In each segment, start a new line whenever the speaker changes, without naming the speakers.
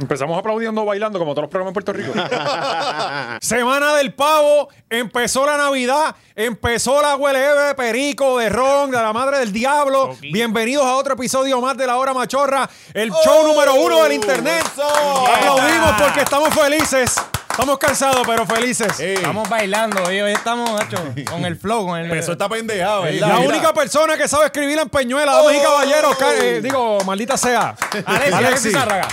Empezamos aplaudiendo, bailando, como todos los programas en Puerto Rico. Semana del pavo, empezó la Navidad, empezó la hueleve de perico, de ron, de la madre del diablo.
Ok.
Bienvenidos a otro episodio más de La Hora Machorra, el show número uno del internet.
eso.
Oh.
Aplaudimos porque estamos felices. Estamos cansados, pero felices.
Estamos bailando, hoy, hoy estamos, macho, con el flow, con el...
Eso está pendejado, ¿verdad?
La
Mira.
única persona que sabe escribir en Peñuela, damas y caballeros, ca- eh, digo, maldita sea.
Oh. Alexis, Alexis Zárraga.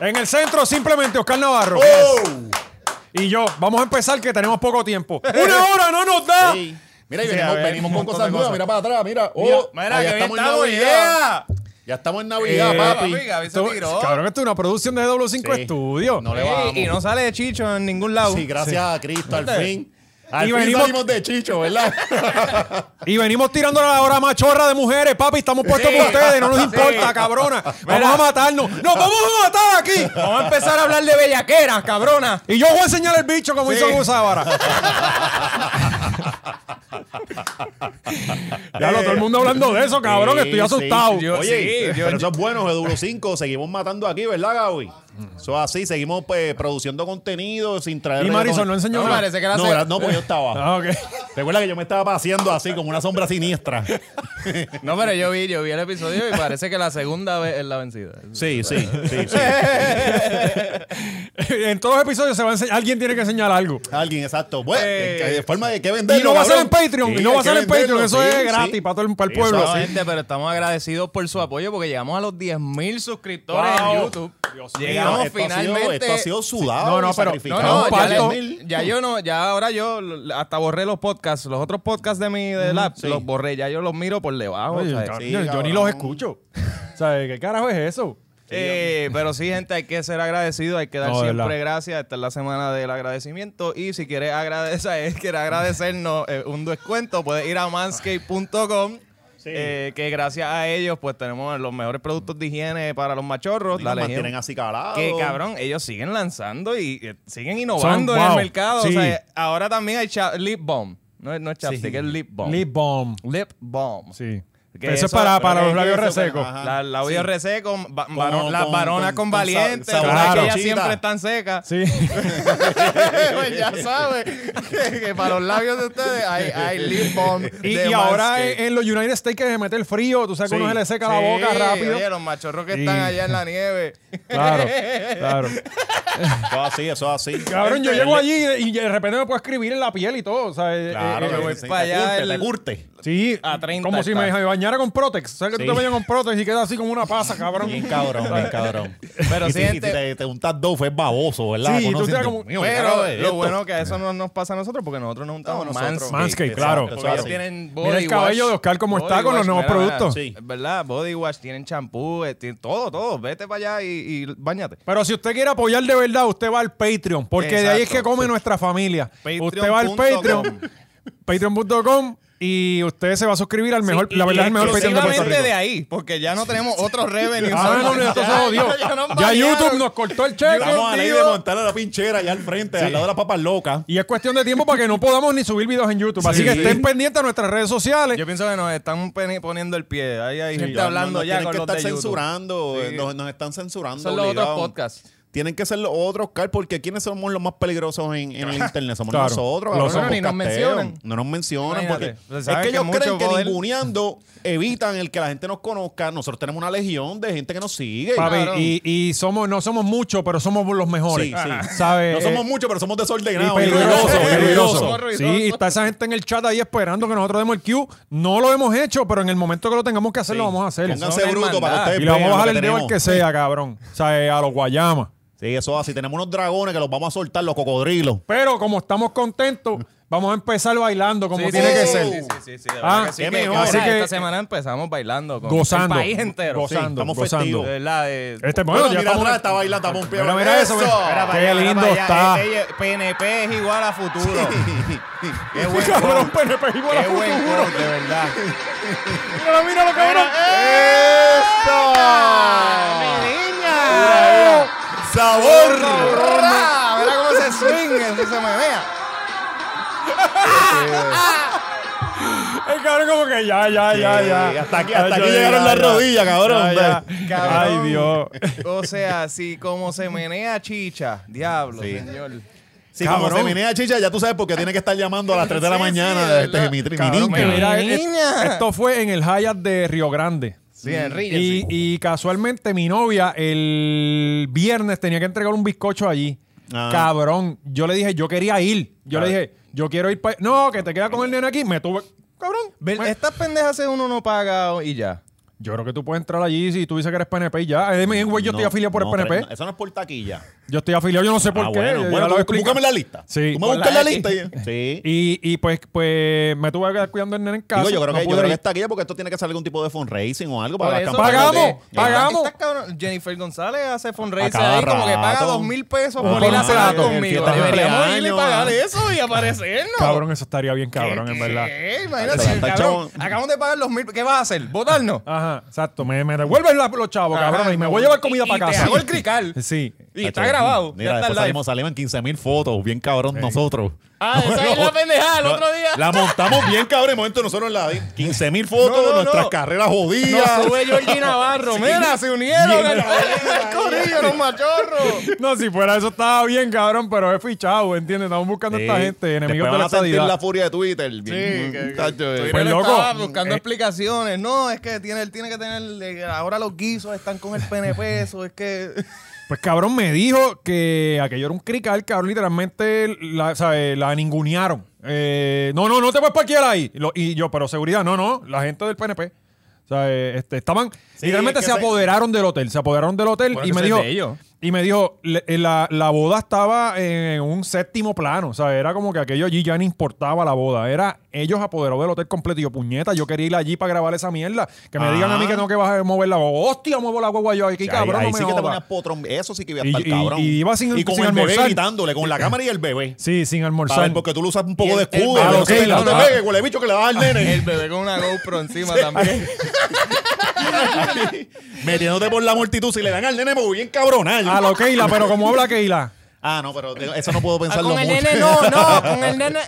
En el centro, simplemente Oscar Navarro.
Oh.
Y yo, vamos a empezar que tenemos poco tiempo. ¡Una hora no nos da!
Sí. Mira, y
Sí,
venimos,
a ver,
venimos
un
con
montón
cosas
de
nuevas.
cosas.
Mira para atrás, mira. Oh,
Mira,
ah,
que
ya
bien
estamos en
estamos,
Navidad. Ya estamos en Navidad,
Eh,
papi.
papi, Gaby se
Tú-
tiró.
Cabrón, esto es una producción de W5
Sí.
Estudio.
No le vamos.
Ey, Y no sale de chicho en ningún lado.
Sí, gracias a Cristo, al
¿Viste?
fin. Al
Y
fin
venimos-
salimos de Chicho, ¿verdad?
Y venimos tirando la hora machorra de mujeres, papi. Estamos puestos por ustedes, no nos importa, cabrona. Vamos a matarnos. ¡Nos vamos a matar aquí!
Vamos a empezar a hablar de bellaqueras, cabrona.
Y yo voy a enseñar el bicho como hizo Gus Sábara. ya lo, todo el mundo hablando de eso, cabrón.
Sí,
estoy
sí,
asustado.
sí.
Yo-
Oye,
sí, yo-
pero eso es bueno, Edulo 5. Seguimos matando aquí, ¿verdad, Gaby? Eso es así, seguimos pues, produciendo contenido sin traer.
Y Marisol
reggaetón.
no enseñó
No,
nada.
parece que la
No,
se-
¿verdad? no, porque yo estaba.
Ah, ok.
Recuerda que yo me estaba paseando así, como una sombra siniestra.
No, pero yo vi, yo vi el episodio y parece que la segunda vez es la vencida.
Sí, sí, sí. sí.
en todos los episodios se va a enseñar- alguien tiene que enseñar algo.
Alguien, exacto. Bueno,
Eh.
hay forma de que venderlo.
Y no va a ser en
cabrón.
Patreon,
Sí,
y no va a
hay que
ser en
venderlo,
Patreon, eso
sí,
es
sí.
gratis para todo el- para el pueblo.
Eso
No,
es.
gente, pero estamos agradecidos por su apoyo porque llegamos a los 10.000 suscriptores
Wow.
en YouTube.
Dios mío.
Llegamos
esto Ha sido,
finalmente.
esto ha sido sudado.
No, no,
y
pero-
sacrificado.
no, no,
Estamos
ya, le-
palto.
ya yo no, ya ahora yo l- hasta borré los podcasts, los otros podcasts de mi de lab, los borré, ya yo los miro por debajo.
Oye,
¿sabes?
cabrón,
sí,
yo, yo ni
cabrón.
los escucho. ¿Sabes qué carajo es eso?
Eh, pero sí, gente, hay que ser agradecido, hay que dar
No, de
siempre
verdad.
gracias. Esta es la semana del agradecimiento. Y si quieres agradecer, quieres agradecernos eh, un descuento, puedes ir a manscape.com. eh, que gracias a ellos, pues tenemos los mejores productos de higiene para los machorros.
Y
La
los
legión.
mantienen así calados.
Que cabrón, ellos siguen lanzando y eh, siguen innovando
Son-
en
wow,
el mercado.
sí.
O sea, ahora también hay cha- lip balm. No, es- no es chapstick, es lip balm.
Lip balm.
Lip balm.
Sí.
Que
eso, es
eso-
para, para
pero
los
que
labios
eso,
resecos.
ajá.
La, la audio reseco, va- varón-
con-
las varonas
con-
con,
con
valiente,
sa-
¿verdad?
sabor.
que ellas
Chita.
siempre están secas.
Sí.
Pues ya sabes que, que para los labios de ustedes hay, hay lip balm.
Y,
de
y ahora
Manscaped.
en, en los United States que se mete el frío, tú sabes que
Sí.
uno se le seca
Sí,
la boca rápido.
Oye, los machorros que
Sí.
están allá en la nieve.
Claro, claro.
Eso es así, eso es así. Este,
Cabrón, yo
Gente,
llego allí y de repente me puedo escribir en la piel y todo. O sea, eh,
Claro,
eh,
que
eh,
sí,
voy
sí,
para
te
allá
curte,
el-
te curte.
Sí,
A 30
como si me
está.
me bañara con Protex. ¿Sabes que
Sí.
tú te bañas con Protex y quedas así como una pasa, cabrón?
Bien cabrón, bien cabrón.
Pero
y
sí,
si- y si
gente-
te, te untas dos, es baboso, ¿verdad?
Sí, tú
Conoces-
te como-
Dios mío,
Pero
claro,
lo
esto.
bueno que eso no nos pasa a nosotros porque nosotros no untamos
No,
nosotros.
nosotros.
Manscaped,
Exacto,
claro.
eso es
Porque ellos
así.
tienen body
Mira el cabello
wash.
de Oscar como
Body
está con los
wash,
nuevos
mira, mira.
productos.
Sí.
Es verdad, body wash, tienen champú, eh, tienen todo, todo. Vete para allá y, y bañate.
Pero si usted quiere apoyar de verdad, usted va al Patreon, porque de ahí es
Exacto.
que come nuestra familia.
Patreon
Usted va al
punto
Patreon,
com.
patreon.com y usted se va a suscribir al mejor, la verdad, el mejor Patreon de Puerto
Exclusivamente
Rico.
de ahí, porque ya no tenemos otros revenues.
Ah, no, no, esto se jodió. Ya YouTube nos cortó el cheque.
Estamos a la ley de
tío.
montar a la pinchera allá al frente, al lado de las papas locas.
Y es cuestión de tiempo para que no podamos ni subir videos en YouTube. Así
Sí.
que estén pendientes a nuestras redes sociales.
Yo pienso que nos están peni- poniendo el pie. Ahí hay gente
No, no,
hablando
nos
ya
tienen
con
que
los
estar
de YouTube.
censurando, eh,
Sí.
nos, nos están censurando.
Son los otros
obligado.
podcasts.
Tienen que ser los otros, Carl, porque ¿quiénes somos los más peligrosos en, en el internet? Somos
Claro.
nosotros.
Lo
cabrón,
son.
los
Ni nos
podcasteros.
mencionan.
No nos mencionan.
Imagínate.
Porque
Pues
es
saben
que
que
ellos
mucho
creen que
poder-
ninguneando evitan el que la gente nos conozca. Nosotros tenemos una legión de gente que nos sigue.
Papi,
cabrón.
y, y somos, no somos muchos, pero somos los mejores.
Sí, sí.
¿Sabes?
no somos
Eh,
muchos, pero somos
y
desordenados.
peligroso,
ruidosos,
peligroso.
ruidosos.
Sí, y está esa gente en el chat ahí esperando que nosotros demos el cue. No lo hemos hecho, pero en el momento que lo tengamos que hacer, lo vamos a hacer.
Pónganse
Son
brutos para que
hermandad.
ustedes
Y le vamos a
vean lo
bajar
que
el dedo al
tenemos.
que sea, cabrón. O sea, eh, a los guayamas.
Sí, eso así. Tenemos unos dragones que los vamos a soltar, los cocodrilos.
Pero como estamos contentos, vamos a empezar bailando como
Sí,
tiene
sí,
que
sí,
ser.
Sí, sí, sí, sí, de
Ah,
verdad que sí,
qué
que-
mejor.
que-
Así
que-
esta semana empezamos bailando con
Gozando.
el país entero.
Gozando,
estamos
gozando.
festivos.
De verdad, de-
Este
Bueno,
bueno, ya
mira
estamos-
atrás, está bailando, está ¡Eh!
Mira,
pompeando.
mira eso. mira.
Para
Qué
allá,
lindo
para allá.
está.
Este- este- PNP es igual a futuro. Qué buen
Cabrón,
quote,
PNP igual a
Qué buen
futuro.
quote, de verdad.
Mira, mira lo cabrón.
eh. ¡Sabor!
¡Ra! Mira cómo se swing, eso se me vea.
El cabrón como que ya, ya, ya,
Sí,
ya.
hasta aquí- hasta
Ay,
aquí
ya,
llegaron
ya,
las
ya.
rodillas,
Ya,
cabrón.
ya. Ay,
Cabrón.
Dios.
O sea, si como se menea chicha, diablo, señor.
Si como
Cabrón.
se menea chicha, ya tú sabes por qué tiene que estar llamando a las 3 de la
Sí, sí,
mañana.
de
este
verdad.
mi, tri- mi
Cabrón,
niña.
que mira,
Mi
es-
niña.
esto fue en el Hyatt de Río Grande.
Sí, Enrique.
Y,
sí.
y casualmente mi novia el viernes tenía que entregar un bizcocho allí.
Ah.
Cabrón, yo le dije, yo quería ir. Yo
Claro.
le dije, yo quiero ir para... No, que te queda con el nene aquí. Me tuve... Cabrón. pues-
Ver,
me-
Estas pendejas si uno no paga y ya.
Yo creo que tú puedes entrar allí si tú dices que eres PNP y ya. Eh, dime, güey, yo estoy
No,
afiliado por
no,
el PNP.
pero no, eso no es por taquilla.
Yo estoy afiliado, yo no sé por
ah,
qué.
bueno,
ya
bueno,
lo
tú- tú
explico.
búscame la lista.
Sí.
Tú me
Por
buscas
la
la
X.
lista. y- Sí.
Y, y pues, pues me tuve que quedar cuidando al nene en casa.
Digo, yo creo,
no
que, yo
pude
creo que
ir.
es taquilla porque esto tiene que ser algún tipo de fundraising o algo para
Por
las
eso,
campañas
¡Pagamos!
de-
porque-
¡Pagamos!
Estas cabronas- Jennifer González hace
A
fundraiser
cada
ahí, como que paga
rato.
dos mil pesos
Por
por ir a
rato,
cenar
en
conmigo.
fiestas de
Deberíamos ir y
cumpleaños,
pagar
ah.
eso y aparecernos.
Cabrón, eso estaría bien cabrón, en verdad.
¿Qué?
Está-
Imagínate,
está
cabrón,
chabón.
acabamos de pagar los mil. ¿Qué vas a hacer? ¿Votarnos?
Ajá, exacto. Me, me devuelven la- los chavos, cabrón, y me voy a llevar comida
Y- y
para
te
casa.
hago el crical.
Sí.
Y está
Chacho,
grabado.
Mira,
ya está
después
el live.
salimos, salimos en 15 mil fotos, bien cabrón nosotros.
Ah, esa es la pendejada el
No,
otro día.
La montamos bien cabrón. De momento nosotros en la 15 mil fotos,
No, no,
nuestras
no.
carreras jodidas.
Nos sube Georgie Navarro. Mira, se unieron.
Bien,
el- El corillo, los machorros.
No, si fuera eso estaba bien, cabrón, pero he fichado, ¿entiendes? Estamos buscando a esta
Sí.
gente, enemigos de
Después
la
van a sentir
estadidad.
la furia de Twitter. Sí, eh.
que-
Pues,
Pero
loco,
estaba buscando
eh,
explicaciones. No, es que tiene, él tiene que tener. eh, Ahora los guisos están con el PNP. Eso es que.
Pues cabrón, me dijo que aquello era un crical, cabrón, literalmente la, ¿sabes? la ningunearon. Eh, no, no, no te puedes parquear ahí. Lo- y yo, pero seguridad, no, no, la gente del PNP. O sea, eh, este, estaban,
Sí,
literalmente
es
se
que se-
apoderaron del hotel, se apoderaron del hotel
Bueno,
y
que eso es
me dijo,
de ellos.
y me dijo, le- eh, la, la boda estaba en un séptimo plano, o sea, era como que aquello allí ya no importaba la boda, era ellos apoderados del hotel completo y yo, puñeta, yo quería ir allí para grabar esa mierda, que me digan a mí
Ah.
que tengo que bajar, mover la boda, hostia, muevo la guagua yo aquí,
Ahí-
cabrón,
ahí
no me
sí que te
jodas".
ponías potrón. Eso sí que iba a
Y-
estar
y-
cabrón.
y iba sin-
Y con
sin
el bebé
almorzar.
gritándole, con la cámara y el bebé.
Sí, sin
Para
almorzar.
ver, porque tú lo usas un
Y
poco
el-
de escudo.
el-
y
Ah,
no
ok, Ah,
se- no
no,
te
no.
pegues, huele bicho que le vas al nene.
El bebé con una GoPro encima también.
Metiéndote por la multitud. Si le dan al nene, me voy bien cabronal.
A Ah, lo Keila, pero como habla Keila.
Ah, no, pero de- eso no puedo
Ah,
pensarlo
con el
mucho.
nene no, no. Con el nene.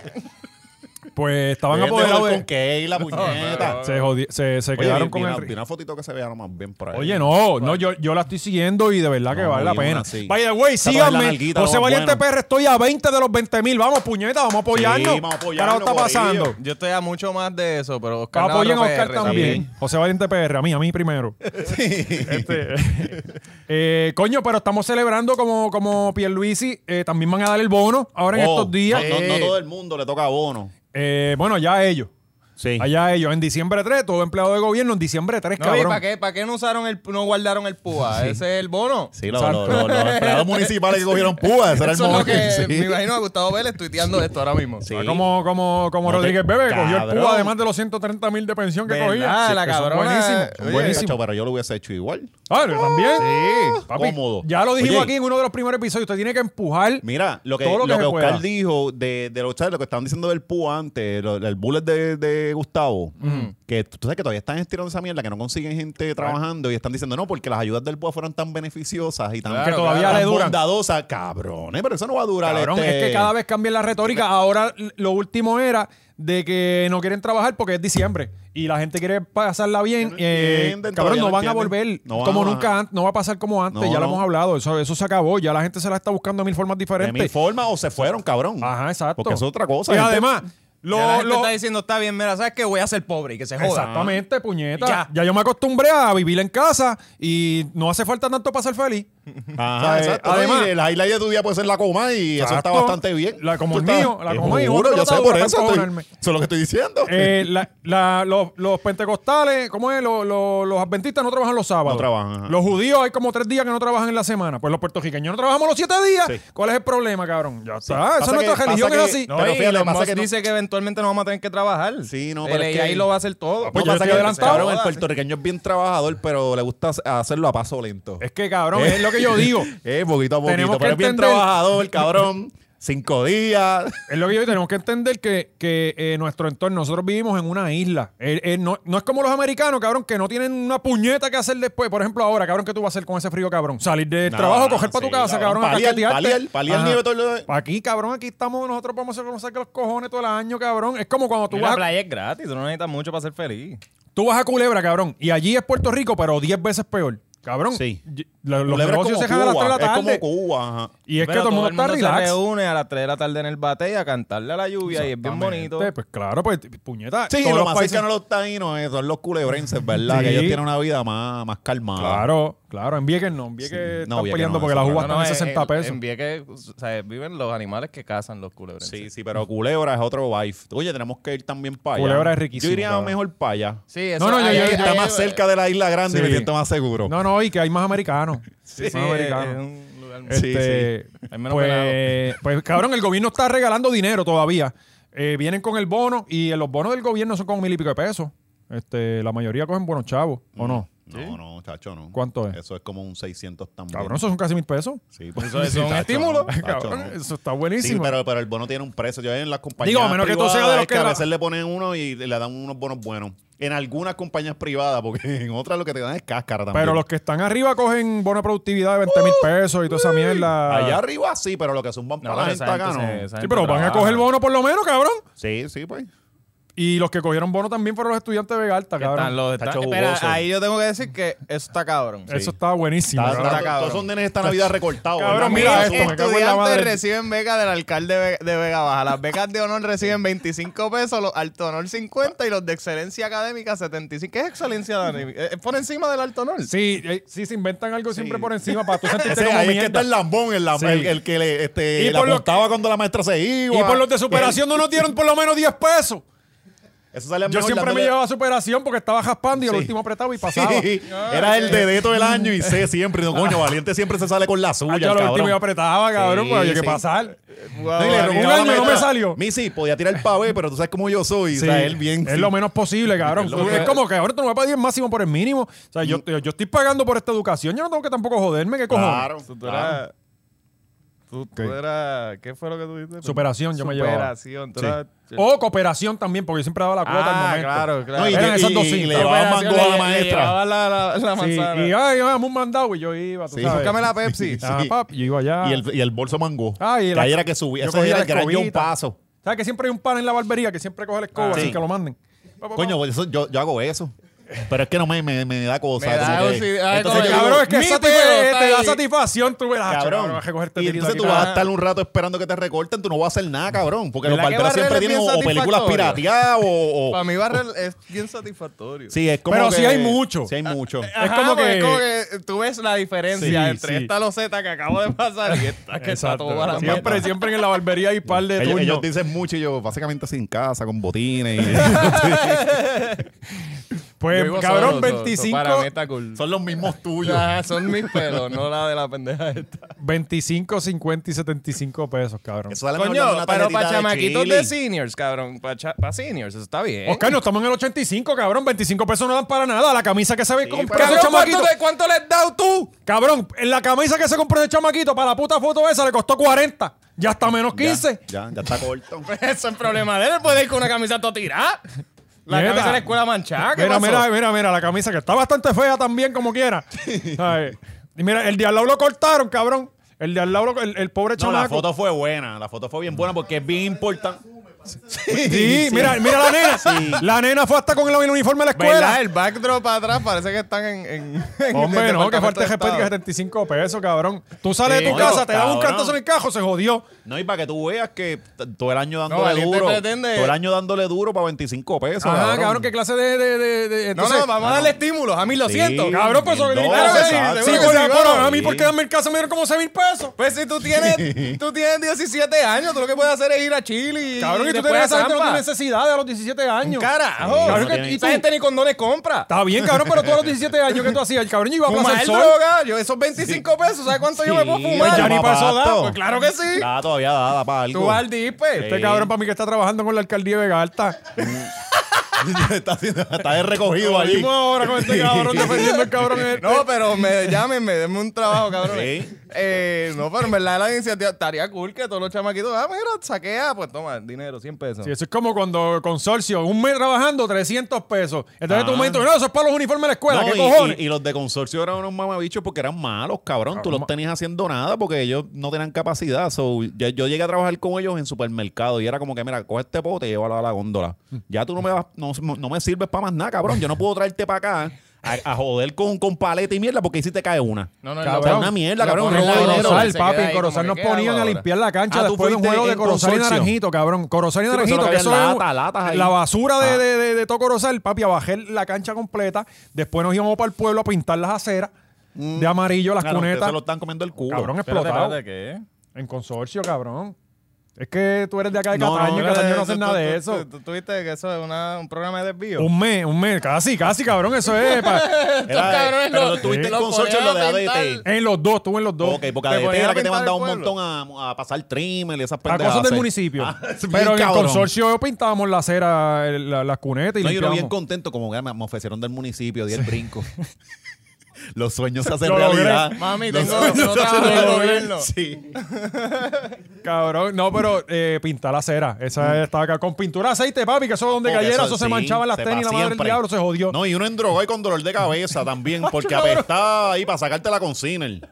Pues estaban
Vete,
apoderados
joder,
de... Ah,
con Keila, puñeta.
Se, jodi- se, se
Oye,
quedaron
vi- vi
con
una-
el...
vi una fotito que se vea nomás bien por ahí.
Oye, no, no, yo, yo la estoy siguiendo y de verdad que
No,
vale la
vi una,
pena.
sí.
Vaya, güey,
Está toda la
síganme.
nalguita, lo
José
más
Valiente
bueno.
PR, estoy a 20 de los 20 mil. Vamos, puñeta, vamos a apoyarnos.
Sí, vamos a
¿Qué
apoyarnos,
carajo está
corillo.
pasando?
Yo estoy a mucho más de eso, pero Oscar.
Apoyen a
Navarro
Oscar
PR
también. José Valiente PR, a mí, a mí primero. Este, eh, coño, pero estamos celebrando como, como Pierluisi. eh, también van a dar el bono ahora en
Oh,
estos días.
No, no- no todo el mundo le toca bono.
Eh, bueno, ya ellos.
Sí.
Allá ellos, en diciembre 3, todo empleado de gobierno, en diciembre 3,
No,
cabrón.
¿para qué, ¿Para qué no usaron el, no guardaron el púa? Ese es el bono.
Sí, lo-
Exacto.
lo- lo- los empleados municipales que cogieron púa, ese era el
Eso es lo
momento.
que
Sí.
me imagino a Gustavo Vélez tuiteando esto ahora mismo.
Sí.
Ah, Como, como, como
No te-
Rodríguez Bebe, cogió el
Cabrón.
púa además de los 130 mil de pensión que
¿Verdad?
cogía.
La
que son
cabrona.
Buenísimo,
Oye,
buenísimo.
Chacho, pero yo lo hubiese hecho igual.
Ah, yo también. Sí,
Cómodo.
Ya lo dijimos
Oye.
aquí en uno de los primeros episodios. Usted tiene que empujar.
Mira, lo que,
Todo lo
lo
que se
que Oscar
pueda.
dijo de, de los- ¿sabes? lo que estaban diciendo del púa antes, lo- el bullet de, de Gustavo, que tú sabes que todavía están estirando esa mierda, que no consiguen gente trabajando y están diciendo no, porque las ayudas del púa fueron tan beneficiosas y tan,
Que todavía
tan
le duran.
bondadosas. Cabrones, pero eso no va a durar.
Cabrón,
este-
es que cada vez cambian la retórica. Ahora l- lo último era de que no quieren trabajar porque es diciembre y la gente quiere pasarla bien.
no
eh,
entienden,
cabrón,
todavía
no
no
van a
entienden.
volver
No van
como
a-
nunca antes. No va a pasar como antes.
No,
ya lo
no.
hemos hablado. Eso, eso se acabó. Ya la gente se la está buscando de mil formas
De
diferentes.
mil formas o se fueron, cabrón.
Ajá, exacto.
Porque eso es otra cosa.
Y
gente.
además,
Lo, la
lo,
gente
lo-
está diciendo, está bien, mira, ¿sabes qué? Voy a ser pobre y que se joda.
Exactamente, puñeta. Ya.
Ya.
yo me acostumbré a vivir en casa y no hace falta tanto para ser feliz.
Ajá,
O sea,
exacto.
además-
Oye, la isla de tu día puede ser la coma y eso está
Exacto.
bastante bien.
La como
Tú
el
estás-
mío, la
Te
como el mío.
juro, yo sé por
Para
eso. estoy-
encojonarme.
eso es lo que estoy diciendo.
Eh, la- la- los, los pentecostales, ¿cómo es? Los, los- los adventistas no trabajan los sábados.
No trabajan, ajá.
Los judíos hay como tres días que no trabajan en la semana. Pues los puertorriqueños no trabajamos los siete días.
Sí.
¿Cuál es el problema, cabrón? Ya está.
Pasa
Esa nuestra
que-
religión es
pasa que-
así.
No,
Pero
y
fíjate,
Elon
pasa
Musk
que no-
dice que eventualmente no vamos a tener que trabajar.
Sí, no,
El
pero es que- Ah,
AI lo va a hacer todo.
pues
no,
yo
pasa
estoy
que
adelantado.
cabrón, el puertorriqueño es bien trabajador, pero le gusta hacerlo a paso lento.
Es que, cabrón, es lo que yo digo.
Eh, poquito a poquito,
Tenemos que
pero es bien
entender-
trabajador, cabrón. cinco días.
Es lo que yo digo, tenemos que entender que, que, eh, nuestro entorno, nosotros vivimos en una isla. Eh, eh, no, no es como los americanos, cabrón, que no tienen una puñeta que hacer después. Por ejemplo, ahora, cabrón, ¿qué tú vas a hacer con ese frío, cabrón? Salir del
No,
trabajo,
no,
coger para
sí,
tu casa, cabrón, a
paliar,
casquetearte.
paliar, paliar
Ajá.
nieve todo el-
Aquí, cabrón, aquí estamos, nosotros podemos hacer conocer que los cojones todo el año, cabrón. Es como cuando tú
Y
vas,
la
a-
playa es gratis, tú no necesitas mucho para ser feliz.
tú vas a Culebra, cabrón, y allí es Puerto Rico, pero 10 veces peor. Cabrón,
Sí.
y- la- los
Culebra es
negocios se
como
dejan a las 3 de la
Cuba,
tarde.
Es como Cuba, ajá.
y es que
Pero
todo el mundo está relax.
se reúne a las 3 de la tarde en el bate y a cantarle a la lluvia y es bien bonito.
Exactamente, Pues claro, pues puñeta.
Sí,
todos
lo
los
más
países-
cercano a los taínos eh, son los culebrenses, ¿verdad?
Sí.
Que ellos tienen una vida más, más calmada.
Claro, claro. En Vieques no. En Vieques
Sí. No,
están
Vieques
peleando
no,
porque
eso
las
no,
uvas
no,
están en 60 pesos.
eh, En Vieques, o sea, viven los animales que cazan los culebres.
Sí, sí, pero Culebra es otro vibe. Oye, tenemos que ir también para allá.
Culebra es riquísimo,
Yo iría
cabrón.
mejor para allá.
Sí, eso
No, no, yo-
ahí-
yo-
ahí-
Está
ahí-
más cerca de la isla grande y
Sí.
me siento más seguro.
No, no, y que hay más americanos.
Sí,
más
es, es
americanos.
un lugar muy-
Sí,
Este,
Hay menos
pues, pues, cabrón, el gobierno está regalando dinero todavía. Eh, vienen con el bono y los bonos del gobierno son como mil y pico de pesos. Este, la mayoría cogen buenos chavos, ¿o no?
No, no, chacho, no.
¿Cuánto es?
Eso es como un 600 también.
Cabrón, esos son casi mil pesos.
Sí, pues,
Eso es un
chacho,
estímulo.
no, chacho,
Cabrón,
no.
eso está
Sí,
buenísimo.
pero, pero el bono tiene un precio. Yo en las compañías
Digo, a menos que tú
privadas
seas de los
es
que
a
la-
veces le ponen uno y le dan unos bonos buenos. En algunas compañías privadas, porque en otras lo que te dan es cáscara también.
Pero los que están arriba cogen bono de productividad de 20 mil pesos y toda esa mierda.
Allá arriba sí, pero lo que zumban
No,
para la
pero
gente
esa gente
acá
se-
no.
esa
Sí, pero van a
trabaja.
coger bono por lo menos, cabrón.
Sí, sí, pues.
Y los que cogieron bono también fueron los estudiantes de Vega Alta,
Que
cabrón.
están los-
Está
están-
hecho
espera,
jugoso. Eh,
ahí yo tengo que decir que eso está cabrón.
Eso está buenísimo.
Está-
cabrón.
está-
cabrón.
Todos esos nenes esta Navidad recortados.
Cabrón,
¿verdad?
mira
Mira,
esto, me cago en la madre.
estudiantes reciben becas del alcalde de Ve- de Vega Baja. Las becas de honor reciben 25 pesos, los alto honor 50 y los de excelencia académica 75. ¿Qué es excelencia académica? Eh, eh, Por encima del alto honor.
Sí, eh, sí, se inventan algo siempre por encima para tú
Ese,
sentirte como
ahí es que
mierda.
está el lambón, el, lam-
Sí.
el, el que le, este,
Y
le
por lo-
apuntaba cuando la maestra se iba.
Y por los de superación no nos dieron por lo menos 10 pesos.
Eso sale
Yo siempre me llevaba a superación porque estaba jaspando y el
Sí.
último apretaba y pasaba.
Era el dedeto del año y sé siempre. No, coño, Valiente siempre se sale con la suya,
Ah,
el
ya lo último
cabrón.
yo apretaba, cabrón,
Sí,
pues había que
sí.
pasar.
Guau,
No, y le
guau,
robó
rogaba
un
a la
año y no
maestra,
me salió.
Misi, podía tirar el pavé, pero tú sabes cómo yo soy. o sea, él bien.
es lo menos posible, cabrón.
Es
Es,
lo que-
como que ahora tú no vas a pagar el máximo por el mínimo. O sea, yo, yo, yo estoy pagando por esta educación, yo no tengo que tampoco joderme, ¿qué cojones?
Claro,
Tú, tú
claro.
eras- tú- tú
Ah. Ok.
eras- ¿Qué fue lo que tú dijiste?
Superación, yo me llevaba. Oh,
Superación. tú
Sí.
eras-
O cooperación también, porque yo siempre daba la cuota al
Ah,
momento.
claro, claro.
No, y-
Eran esas dos
y
cintas.
le llevaba
Superación,
mango a la
le- le
maestra.
llevaba la, la- la
Sí,
manzana.
y ay, vamos un mandado y yo iba, tú
Sí.
sabes.
Búscame la Pepsi.
Ah,
Sí.
pap, yo iba allá.
Y el, y el bolso mango.
Ah, y
que
la-
ahí era que subía.
yo
Ese
cogí
era
la
el gran John
escobita.
Paso.
¿Sabes que siempre hay un pan en la barbería que siempre coge la escoba
Ah,
así
sí.
que lo manden? Pa, pa, pa.
Coño, pues eso- yo, yo hago eso. Pero es que no me, me, me da cosa.
Me da
como que-
ansiedad, como
entonces
que,
yo digo, "Ah,
Cabrón, es que
Mi
esa te,
pelo está
te da
ahí.
satisfacción. Tú verás,
cabrón.
vas a coger este
y
tirito
entonces
aquí,
tú vas a
cabrón.
estar un rato esperando que te recorten, tú no vas a hacer nada, cabrón. Porque los
¿Verdad que
barteros siempre
barrer es
tienen o,
bien
o películas
satisfactorio?
pirateadas o. o-
Para mí barrer es bien satisfactorio.
sí, es como
Pero
que-
sí hay mucho.
Sí hay mucho.
Es como
porque
que-
es como que tú ves la diferencia
Sí,
entre
sí.
esta loseta que acabo de pasar y esta que está
Exacto.
toda la
Siempre,
mierda.
siempre en la barbería hay par de
Ellos,
turnos.
ellos dicen mucho y yo, básicamente sin casa, con botines.
Pues,
Yo vivo
cabrón,
solo, so- so
25,
para mí está cool.
y son los mismos tuyos.
Ajá, son mis pelos, no la de la pendeja esta.
25, 50 y 75 pesos, cabrón.
Eso sale mejor dando
Coño,
una
pero
tarjetita
para
de
chamaquitos
chili.
de seniors, cabrón. Para seniors, eso está bien.
Oscar, no estamos en el 85, cabrón. 25 pesos no dan para nada. La camisa que se ve compró
Cabrón,
ese chamaquito.
¿cuánto, te- cuánto les da tú?
Cabrón, en la camisa que se compró ese chamaquito para la puta foto esa le costó 40. Ya está menos
Ya,
15.
Ya, ya está corto.
Eso es problema de él. él Puede ir con una camisa toda tirada. La
Mierda.
camisa de la escuela manchada. ¿qué
Mira,
pasó?
mira, mira, mira, la camisa que está bastante fea también, como quiera. ¿Sabes? Y mira, el de al lado lo cortaron, cabrón. El de al lado, lo- el, el pobre
No, la
chamaco.
foto fue buena. La foto fue bien buena porque es bien importante.
Sí, Mira, mira la nena. La nena fue hasta con el uniforme de la
¿Verdad?
escuela.
El backdrop atrás parece que están en. en, en
Hombre,
el
no, que
Departamento
falta
de
de respeto
Estado.
que 75 pesos, cabrón. Tú sales
Sí,
de tu
coño,
casa, te dan un
cabrón.
cantazo en el cajo, se jodió.
No, y para que tú veas que t- todo el año dándole
Valiente
duro.
pretende-
Todo el año dándole duro para 25 pesos.
Ajá, cabrón. qué clase de. de, de, de-
No,
entonces-
no, vamos a darle estímulos. A mí lo
Sí.
siento.
Cabrón, pues eso
Mil
gritaron
dólares,
que sí,
exacto.
sí,
Seguro
por
que
ahí,
sí,
cabrón,
vamos.
a mí por
Sí.
quedarme en casa me dieron como 6 mil pesos.
Pues si tú tienes, tú tienes 17 años, tú lo que puedes hacer es ir a Chile y.
Cabrón, y tú
después
tienes
a
esa gente no
Zampa.
tiene necesidad de a los 17 años.
Carajo.
Sí,
Cabrón,
no
que-
tiene-
y tú-
Esa gente ni condones compra.
Está bien, cabrón, pero tú a los 17 años que tú hacías, el cabrón, yo iba a Plaza
Fumar
del Sol.
droga, yo esos 25 pesos, ¿sabes cuánto yo me puedo
Sí,
fumar?
ya ni para eso da,
papato.
pues
Claro que sí.
Nada, todavía dada para algo.
Tú vas al dispe.
Este cabrón para mí que está trabajando con la alcaldía de Vega Alta.
está, haciendo- está de recogido
Lo
allí.
mismo ahora con este cabrón defendiendo el cabrón. este.
No, pero me llamen, me denme un trabajo, cabrón.
Sí.
Eh, no, pero en verdad la iniciativa estaría cool que todos los chamaquitos, ah, mira, saquea, pues toma, dinero, 100 pesos.
Sí, eso es como cuando consorcio, un mes trabajando, 300 pesos. Entonces
Ah.
tú me dices, no, eso es para los uniformes de la escuela,
No,
¿qué
y-
cojones?
y, y los de consorcio eran unos mamabichos porque eran malos, cabrón. Tú los tenías haciendo nada porque ellos no tenían capacidad. So, ya- yo, llegué a trabajar con ellos en supermercado y era como que, mira, coge este pote y llévalo a la góndola. Ya tú no me, vas- no, no me sirves para más nada, cabrón. Yo no puedo traerte para acá a, a joder con, con paleta y mierda porque ahí sí te cae una.
No, no,
Cabrón,
lo-
una mierda,
lo
cabrón.
ponen
no
a
hay dinero.
Corozal,
Corozal,
se
papi.
queda
En
ahí
Corozal
como
nos
que, ¿qué hago
ponían a
ahora?
limpiar la cancha
Ah, tú
después de un
fuiste
juego de
en
Corozal y
consorcio.
Naranjito, cabrón. Corozal y
Sí, pero eso
Naranjito,
lo
que
que
eso
es
es
lata, latas ahí.
la basura de,
Ah.
de, de, de todo Corozal, papi, a bajar la cancha completa. Después nos íbamos para el pueblo a pintar las aceras de amarillo, las
Mm. Claro, ustedes
cunetas.
se lo están comiendo el culo.
Cabrón,
Espérate,
explotado.
espérate, ¿qué?
En consorcio, cabrón. Es que tú eres de acá de
No, no,
Cataño,
no,
y
no,
Cataño no
Tú-
hace
tú-
nada de
tú-
eso.
tú- tú- ¿Tú viste que eso es una- un programa de desvío?
Un mes, un mes, casi, casi, cabrón, eso es. pa-
Era-
cabrones
pero
lo-
lo tuviste en
lo
consorcio y lo
ponían
de
a
ADT.
pintar.
En los dos, tú en los dos.
Ok, porque
Te
ADT
ponían a
era que te
pintar
mandaba
el
un
pueblo.
montón a, a pasar trimmer y esas
a
pendejadas.
cosas del
sí.
municipio.
Ah, es bien
Pero en el
cabrón.
consorcio pintábamos la acera, el- la- las cunetas y
No, yo lo
limpiábamos.
bien contento, como que me me ofrecieron del municipio, di el brinco. Los sueños se hacen
Lo logré.
realidad.
Mami,
Los
tengo-
sueños
no
se hacen
trabajo en el
realidad.
gobierno.
Sí.
Cabrón, no, pero eh, pintar la acera. Esa estaba acá con pintura aceite, papi, que eso donde
Mm. Porque
cayera, eso se
sí,
manchaba en las
se
tenis, la
pa'
madre del
siempre.
diablo, se jodió.
No, y uno en droga y con dolor de cabeza también, porque apestaba ahí para sacártela con Ciner.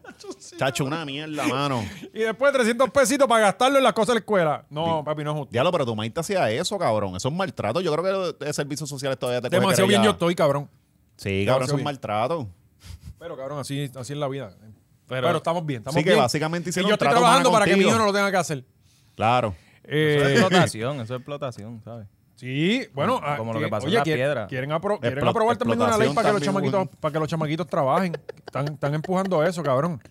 Chacho, una mierda, mano.
Y después 300 pesitos para gastarlo en las cosas de la escuela. No, papi, no es justo.
Diablo, pero tu maíz te hacía eso, cabrón. Eso es maltrato. Yo creo que los de servicios sociales todavía te coge
Demasiado bien yo
querella.
estoy, cabrón.
Sí, cabrón, eso
Demasiado
es
bien.
maltrato.
Pero, cabrón, así, así es la vida. Pero,
Pero-
estamos bien, estamos
Sí, que
bien. y
básicamente hicieron
yo
un
estoy
trato
trabajando
humano
para que mi
contigo.
hijo no lo tenga que hacer.
Claro.
Eso es
Eh,
explotación, eso es explotación, ¿sabes?
Sí, bueno, ah,
Como lo que
eh,
pasó en
oye,
la
quieren-
piedra.
Quieren, apro- quieren
Explo-
aprobar también una ley
explotación
para que, los
también,
chamaquitos, para que los chamaquitos trabajen. están, están empujando eso, cabrón.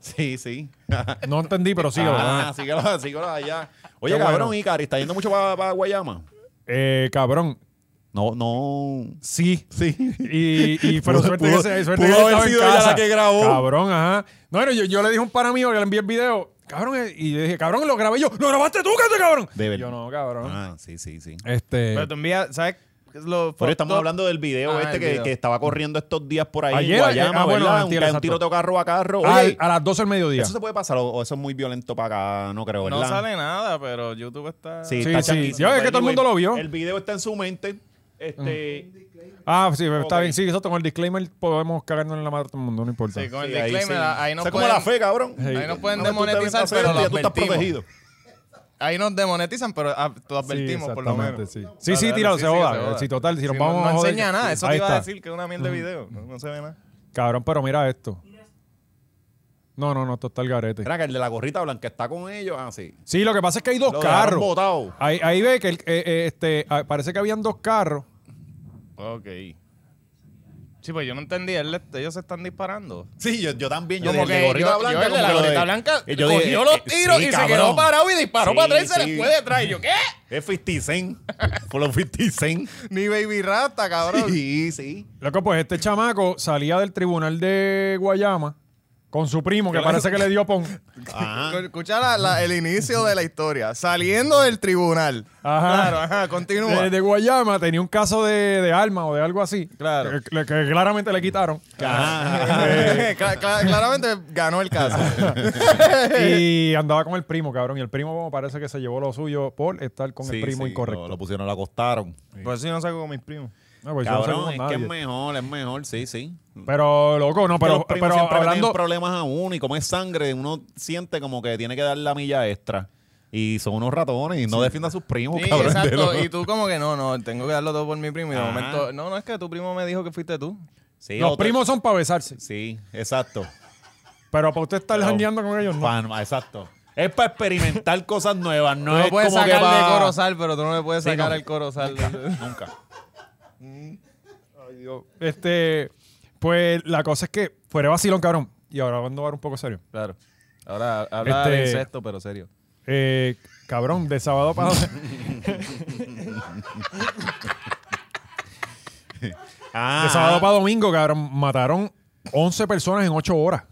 Sí, sí.
No entendí, pero sí.
ah, síguelo, síguelo allá. Oye,
Qué
cabrón,
bueno.
Icari, ¿está yendo mucho para Guayama?
Eh, cabrón,
No, no.
sí.
Sí.
Y, y pero
Pudo-
suerte
pudo-
que se suerte
pudo
que
haber
estaba en
sido ella
casa.
la que grabó.
Cabrón, ajá. No, no, yo, yo le dije a un pana mío que le envié el video. Cabrón, eh, y yo dije, cabrón, lo grabé yo. ¡Lo grabaste tú, cállate, cabrón!
De verdad.
Yo no, cabrón.
Ah, sí, sí, sí.
Este.
Pero te envía, ¿sabes? qué es lo
Pero Eh, estamos
fucked up?
hablando del video
Ah,
este
el
que,
video.
que estaba corriendo estos días por ahí
Ayer,
en Guayama,
ah, bueno,
¿verdad?
antier,
Un- que un
exacto.
tiroteo carro a carro. Oye,
Al- a las 12 del mediodía.
¿eso se puede pasar o, o eso es muy violento para acá? No creo, ¿verdad?
No sale nada, pero YouTube está...
Sí,
Sí,
está
sí.
changuísimo.
Yo, es que todo el mundo lo vio.
El video está en su mente. Este,
Ah, sí, está
Ok.
bien, sí, eso con el disclaimer podemos cagarnos en la madre a todo el mundo, no importa.
Sí, con el
sí, ahí
disclaimer,
sí.
ahí no
Eso es
pueden...
como la fe, cabrón.
Ahí nos pueden
No, tú te ves
demonetizar,
hacer
pero
esto y
lo
ya tú estás protegido.
advertimos. Ahí nos demonetizan, pero ah, lo advertimos, por lo
exactamente,
menos.
sí.
Dale,
Sí, sí,
dale,
tíralo, se
que
joda. Sí, total, si nos
no-
vamos
No,
a joder,
enseña nada, eso
ahí
te iba
está.
a decir que es una mierda de video. No, no se ve nada.
Cabrón, pero mira esto. No, no, no, esto está el garete.
Mira que el de la gorrita blanca está con ellos. Ah, sí.
Sí, lo que pasa es que hay dos
Lo dejaron
carros.
botado.
Ahí, ahí ve que el- eh, eh, este, ah, parece que habían dos carros.
Ok. Sí, pues yo no entendí. él le- ellos se están disparando.
Sí, yo, yo también. Yo
Como
dije, el
que
de gorrita
yo-
blanca.
yo el de
como
la
que lo
gorrita
de-
blanca
yo dije,
cogió los
eh,
tiros
sí,
y se
cabrón.
quedó parado y disparó
Sí,
para atrás y se
sí.
les fue detrás. Y yo, ¿qué?
Es 50 Cent. Por los 50 Cent.
Ni Baby Rata, cabrón.
Sí, sí.
Loco, pues este chamaco salía del tribunal de Guayama con su primo, que parece que le dio pon.
Ajá.
Escucha la- la- el inicio de la historia. Saliendo del tribunal.
Ajá.
Claro, ajá, continúa.
De, de Guayama tenía un caso de, de arma o de algo así.
Claro.
Que, que- que claramente le quitaron.
Ajá.
Cla- cla- claramente ganó el caso.
y andaba con el primo, cabrón. Y el primo parece que se llevó lo suyo por estar con el
Sí,
primo
sí, Lo,
incorrecto.
lo pusieron, lo acostaron.
Por eso yo Pues no salgo con mis primos.
No, pues, yo no salgo
Cabrón,
con
es que
nadie.
es mejor, es mejor, sí, sí.
Pero, loco, no,
Que los
pero,
primos
pero
siempre le tienen
hablando.
problemas a uno y como es sangre, uno siente como que tiene que dar la milla extra. Y son unos ratones y no defienda a sus primos,
Sí,
Oh, cabrón. de
exacto.
los-
Y tú como que no, no, tengo que darlo todo por mi primo. Y de
Ajá.
momento, no, no, es que tu primo me dijo que fuiste tú.
Sí,
Los
otro-
primos son para besarse.
Sí, exacto.
Pero para usted estar jangueando con ellos, no.
Pan- exacto. Es para experimentar cosas nuevas, no,
Tú
es
lo puedes
como que
sacar de
pa-
Corozal, pero tú no le puedes
Sí,
sacar
no.
el Corozal.
Nunca.
Este, pues la cosa es que fuera de vacilón, cabrón. Y ahora vamos a hablar un poco serio.
Claro. Ahora habla de
Este-
incesto, pero serio.
Eh, cabrón, de sábado para
Ah, Ah,
de sábado para domingo, cabrón, mataron 11 personas en 8 horas.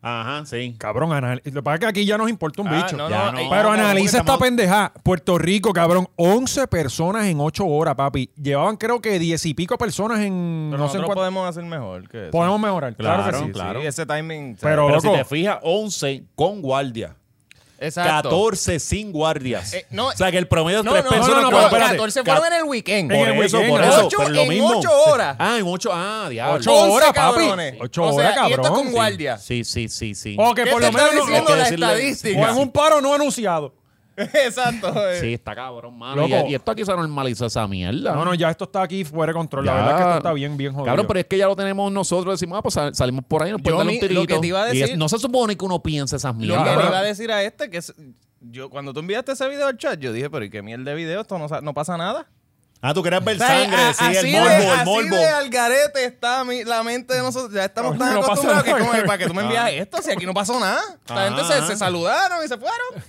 Ajá, sí.
Cabrón, anal- lo que pasa es que aquí ya nos importa un
Ah,
bicho.
no,
ya
no,
no.
eh,
Pero
no,
analiza
porque
esta
estamos-
pendeja. Puerto Rico, cabrón. 11 personas en 8 horas, papi. Llevaban creo que 10 y pico personas en...
Pero
no sé en
nosotros
cuánto-
podemos hacer mejor que eso.
Podemos mejorar. Claro, que
Claro,
sí.
claro.
Sí, ese timing. o sea,
Pero,
Pero si
loco,
te fijas, 11 con guardia.
Exacto.
14 sin guardias.
Eh, no,
o sea, que el promedio es
No,
3
no, no,
personas.
no,
pero
no,
espérate.
14 fueron en el weekend.
En
Por
el
eso,
weekend,
por
ajá.
eso.
Ocho-
pero lo
en
mismo.
ocho horas.
Ah, en 8. Ah, diablo.
8 horas,
cabrones.
papi. 8
O sea,
horas,
y esto
cabrón.
con guardia.
Sí, sí, sí, sí.
O que
¿Qué
por lo
te está
menos... no-
diciendo
hay que
la
decirle-
o
estadística?
en Pues un paro no anunciado.
Exacto. eh.
Sí, está cabrón, mano.
Loco.
Y, y esto aquí se normaliza esa mierda.
No, no, ya esto está aquí fuera de control. La
Ya.
verdad es que esto está bien, bien jodido.
Cabrón, pero es que ya lo tenemos nosotros. Decimos, ah, pues sal- salimos por ahí, nos pueden
Yo
dar
mi-
un
lo
tirito.
que te iba a
Y es-
decir-
no se supone que uno piense esas
Lo
Lo
mierdas.
que le
Claro.
iba a decir a este, que es- yo cuando tú enviaste ese video al chat, yo dije, pero ¿y qué miel de video? Esto no, sa- no pasa nada.
Ah, tú querías ver
O sea, a- así de-
así de al garete está mi- la mente de nosotros. Ya estamos
No,
tan
no pasa
acostumbrados que es
nada.
como, ¿para que tú me
Ah.
envías esto? Si aquí no pasó nada. La gente se,
Ajá.
se saludaron y se fueron.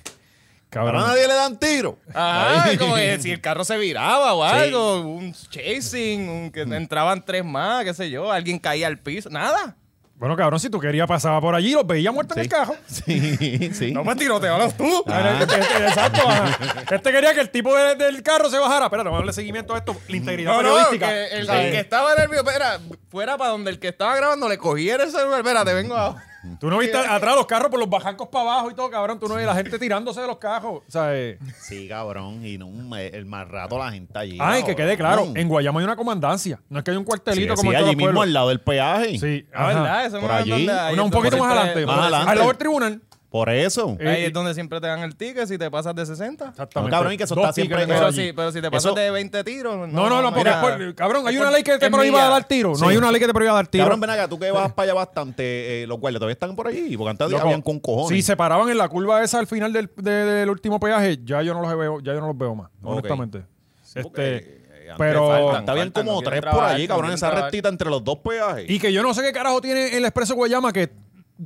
Pero a
Cabrón.
nadie le dan tiro.
Ah, como que si el carro se viraba o algo, un chasing, un
Mm.
que entraban tres más, qué sé yo, alguien caía al piso, nada.
Bueno, cabrón, si tú querías pasaba por allí, los veía muertos en el cajo.
Ah. Sí, sí.
No me tirotearon tú.
Ah.
Este- este- Exacto. ajá. Este quería que el tipo de- del carro se bajara. Espérate, vamos a darle seguimiento a esto. La integridad
No, no,
periodística.
que el, el que estaba nervioso, era, fuera para donde el que estaba grabando, le cogiera el celular, espera, te vengo ahora.
Tú no viste atrás los carros por los bajancos para abajo y todo, cabrón. Tú no ves la gente tirándose de los cajos. O sea, eh,
Sí, cabrón. Y no, un- el más rato la gente allí.
Ay, que quede claro.
cabrón. Mm.
En Guayama hay una comandancia. No es que hay un
Sí,
cuartelito
sí,
como en todos
allí
los
mismo al
pueblos.
lado del peaje.
Sí,
Ah,
ajá.
¿verdad? Eso es
Por
más
allí.
donde- ahí
Bueno, un
es
poquito
donde
más
siempre-
adelante.
Más adelante.
Al lado del tribunal.
Por eso.
Eh,
Ahí es donde siempre te dan el ticket si te pasas de 60.
Exactamente.
No, cabrón, y que eso
Dos
está siempre-
tickets
Pero
allí.
sí, pero si te pasas
Eso-
de 20 tiros. No,
No, no, no, porque
mira.
es por- cabrón, hay una ley que te
es
prohíba
milla.
dar tiro.
Sí.
No hay una ley que te prohíba dar tiro.
Cabrón, ven acá, tú que vas para allá bastante, eh, los guardias todavía están por allí, porque antes
Loco,
habían con cojones.
Si se paraban en la curva esa al final del, de- del último peaje, ya yo no los veo, ya yo no los veo más,
Ok.
honestamente.
porque,
Este,
eh, antes
pero
faltan.
Hasta habían
Faltan,
como
no
tres
quieren
por
trabajar,
allí,
no
cabrón,
quieren
en esa
trabajar.
rectita entre los dos peajes.
y que yo no sé qué carajo tiene el expreso Guayama que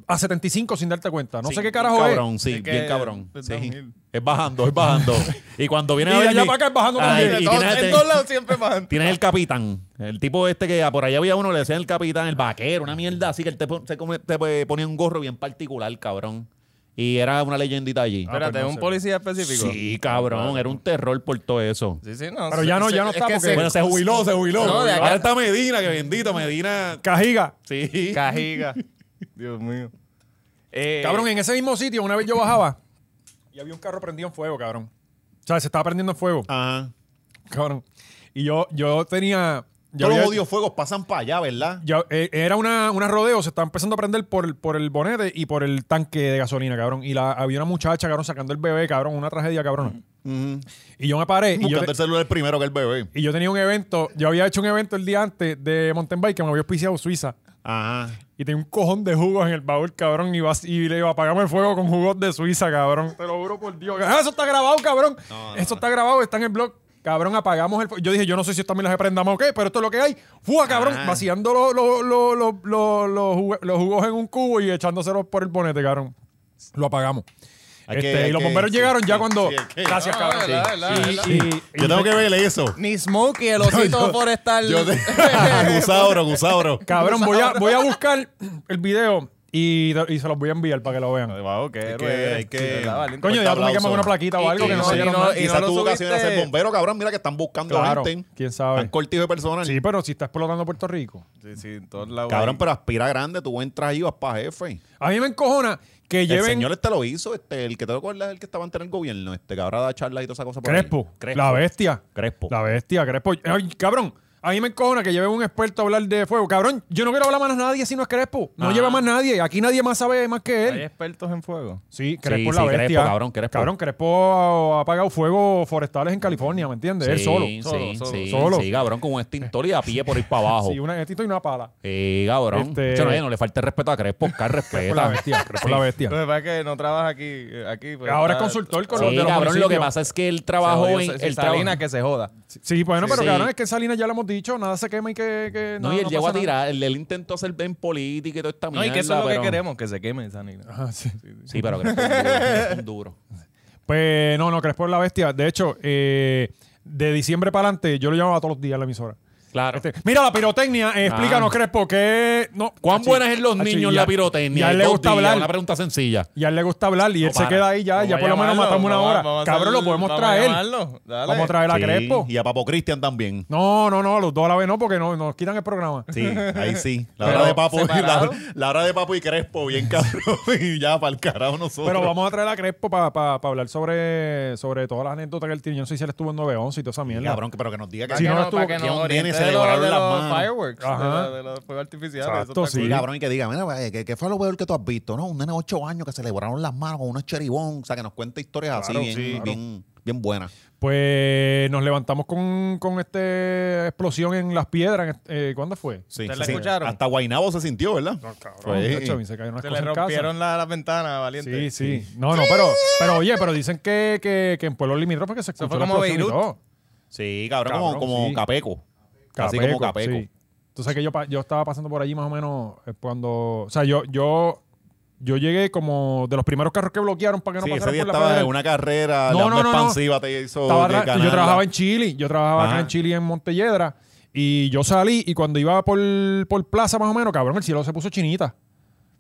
a 75 sin darte cuenta, no
Sí,
sé qué carajo
cabrón, sí,
Es que- pues,
bien cabrón.
es
sí.
2000.
Es bajando, es bajando. y cuando viene
Y
a
de
ver
allá
mi-
para acá es bajando
Ay,
también.
y
En todos-
tienes,
en
este-
todos lados siempre van.
tienes el capitán, el tipo este que ah, por allá había uno, le decían el capitán, el vaquero, una mierda así, que él te, pon- se come- te eh, ponía un gorro bien particular, cabrón. Y era una leyendita allí.
pues
Espérate,
no
un
sé.
policía específico.
Sí, cabrón, era un terror por todo eso.
Sí, sí, no.
Pero
se-
ya no-
se-
ya no
es
está
que
porque-
se-
Bueno,
se jubiló, se jubiló.
No, de acá- Ahora
está Medina, que bendito, Medina.
es. Cajiga.
Sí.
Cajiga. Dios mío. Eh,
Cabrón, en ese mismo sitio una vez yo bajaba y había un carro prendido en fuego, cabrón. O sea, se estaba prendiendo en fuego,
Ajá.
cabrón. Y yo yo tenía yo
Todos los
había-
odiofuegos pasan para allá, ¿verdad?
Ya, eh, era una, una rodeo, se estaba empezando a prender por, el- por el bonete y por el tanque de gasolina, cabrón. Y la, había una muchacha, cabrón, sacando el bebé, cabrón, una tragedia, cabrón.
Ujú.
Y yo me paré y yo,
Buscando el celular primero que el bebé.
y yo tenía un evento, yo había hecho un evento el día antes de mountain bike que me había auspiciado Suiza.
Ajá.
Y tenía un cojón de jugos en el baúl, cabrón, y, va- y le iba a apagarme el fuego con jugos de Suiza, cabrón. Te lo juro por Dios. Ah, Eso está grabado, cabrón.
No, no,
Eso está grabado, está en el blog. Cabrón, apagamos el fuego. Yo dije, yo no sé si esto también las prendamos o qué, pero esto es lo que hay. Fua, cabrón,
Ah.
vaciando los los- los- los- los- los jugu- los jugos en un cubo y echándoselos por el bonete, cabrón. Lo apagamos.
Hay
Este,
que- hay
y los
que-
bomberos
sí,
llegaron ya
sí,
cuando.
sí, hay que-
Gracias,
no,
cabrón.
es verdad, es verdad, es verdad.
Y- y-
Yo tengo que verle eso.
Ni Smokey, el osito forestal.
Yo te... gusauro, gusauro.
Cabrón, voy a, voy a buscar el video y, y se los voy a enviar para que lo vean.
Wow, qué
Hay
héroe
que,
eres.
hay que-
Sí, verdad, valiente.
eh, Coño, ya tú me
aplauso.
llamas con una plaquita o
Y-
algo que
y
no
no-
se
y no- y
más.
Quizás
lo
tuvo ocasión de
subiste.
ser bombero, cabrón. Mira que están buscando
Claro,
gente.
quién sabe.
Están cortijos de personal.
Sí, pero si está explotando Puerto Rico.
Sí, sí, en todos lados.
Cabrón, pero aspira grande. Tú entras ahí, vas para jefe.
A mí me encojona que
El
lleven
señor este lo hizo. Este, el que te acuerdas es el que estaba antes en el gobierno. Este, que ahora da charlas y toda esa cosa. por ahí.
Crespo, la bestia.
Crespo.
La bestia, Crespo. Ay, cabrón, a mí me encojona que lleven un experto a hablar de fuego. Cabrón, yo no quiero hablar más a nadie si no es Crespo. No
Ajá.
lleva más nadie. Aquí nadie más sabe más que
Hay
él.
expertos en fuego.
Sí, Crespo es
sí,
la
Crespo,
bestia.
cabrón, Crespo.
Cabrón, Crespo ha apagado fuegos forestales en California, ¿me entiendes? él solo.
Sí,
solo,
sí,
solo,
sí,
solo.
sí, cabrón, con un extintor y a pie por ir para abajo.
Sí, una gatito y una pala.
Sí, cabrón.
Este-
Yo no, no le falta el respeto a Crespo, Oscar
Por la
respeta.
bestia, Crespo la bestia.
Lo que pasa es que no trabaja aquí. eh, aquí pues,
Ahora es
está-
consultor con los
Sí,
de los
cabrón, lo que
municipios.
pasa es que él
se
trabajó
jodió,
en...
se- si
él
Salinas
traba-
que se joda.
Sí, bueno, pero
Sí.
cabrón, es que en Salinas ya lo hemos dicho, nada se quema y que... que
No,
nada,
y él llegó a
pasa nada.
tirar, él, él intentó hacer bien política y toda esta
No,
mierda.
y que eso es lo
pero-
que queremos, que se queme esa niña.
Ajá, Ah, sí.
Sí, pero Crespo es un duro, Crespo es un duro.
Pues no, no, Crespo es la bestia. De hecho, eh, de diciembre para adelante, yo lo llamaba todos los días a la emisora.
Claro. Ah.
Este, mira, la pirotecnia, eh, explícanos, Crespo, que... No,
¿Cuán
achi-
buena es en los
achi,
niños
ya-
la pirotecnia?
Ya
Hay
le
dos
gusta
días,
hablar.
Una pregunta sencilla.
Y a él le gusta hablar y él se
para.
queda ahí ya, ya por lo menos matamos una hora. Cabrón, lo podemos traer. Vamos a traer a
Sí,
Crespo.
Y a Papo Cristian también.
No, no, no, los dos a la vez no, porque no, nos quitan el programa.
Sí, ahí sí. La
Pero,
hora de Papo, la,
¿separado?
la hora de Papo y Crespo, bien cabrón. Y ya, para el carajo nosotros.
Pero vamos a traer a Crespo para hablar sobre, sobre todas las anécdotas que él tiene. Yo no sé si él estuvo en 911 y toda esa mierda.
Cabrón, que- pero que nos diga que
Si no, estuvo-
para que
¿quién
nos
viene y
oriente
se le
de los,
volaron
de
las
los
manos?
fireworks, de,
Ajá.
la- de los fuegos artificiales. eso
Exacto,
está
sí.
Sí,
cool.
cabrón, y que diga, mira, güey, ¿qué, qué fue lo peor que tú has visto? No, un nene de 8 años que se le borraron las manos con unos cheribón. O sea, que nos cuente historias
Claro,
así, bien,
sí, claro.
bien, bien buenas.
Pues nos levantamos con, con esta explosión en las piedras. Eh, ¿Cuándo fue?
Sí,
¿Ustedes la escucharon?
Hasta Guainabo se sintió, ¿verdad?
Cabrón,
Sí.
chacho, a mí se cayeron unas
Se
cosas
le
en casa.
rompieron la- las ventanas,
Sí,
valiente.
sí. No, no, pero, pero oye, pero dicen que, que, que en pueblos limítrofes que se
Eso
escuchó
fue
la
como
explosión y
Beirut.
todo.
Sí, cabrón,
Cabrón,
como, como
sí.
Capeco. Así como Capeco.
sí. Tú sabes que yo, pa- yo estaba pasando por allí más o menos eh, cuando. O sea, yo, yo, yo llegué como de los primeros carros que bloquearon para que no
Sí, ese
pasara
día
por la
estaba
federal.
en una carrera,
No,
la
no, no, no.
expansiva te hizo
Estaba
de Ah.
ra-
canal.
yo trabajaba en Chile, yo trabajaba acá
Ajá.
en Chile en Montelledra y yo salí y cuando iba por, por plaza más o menos, cabrón, el cielo se puso chinita.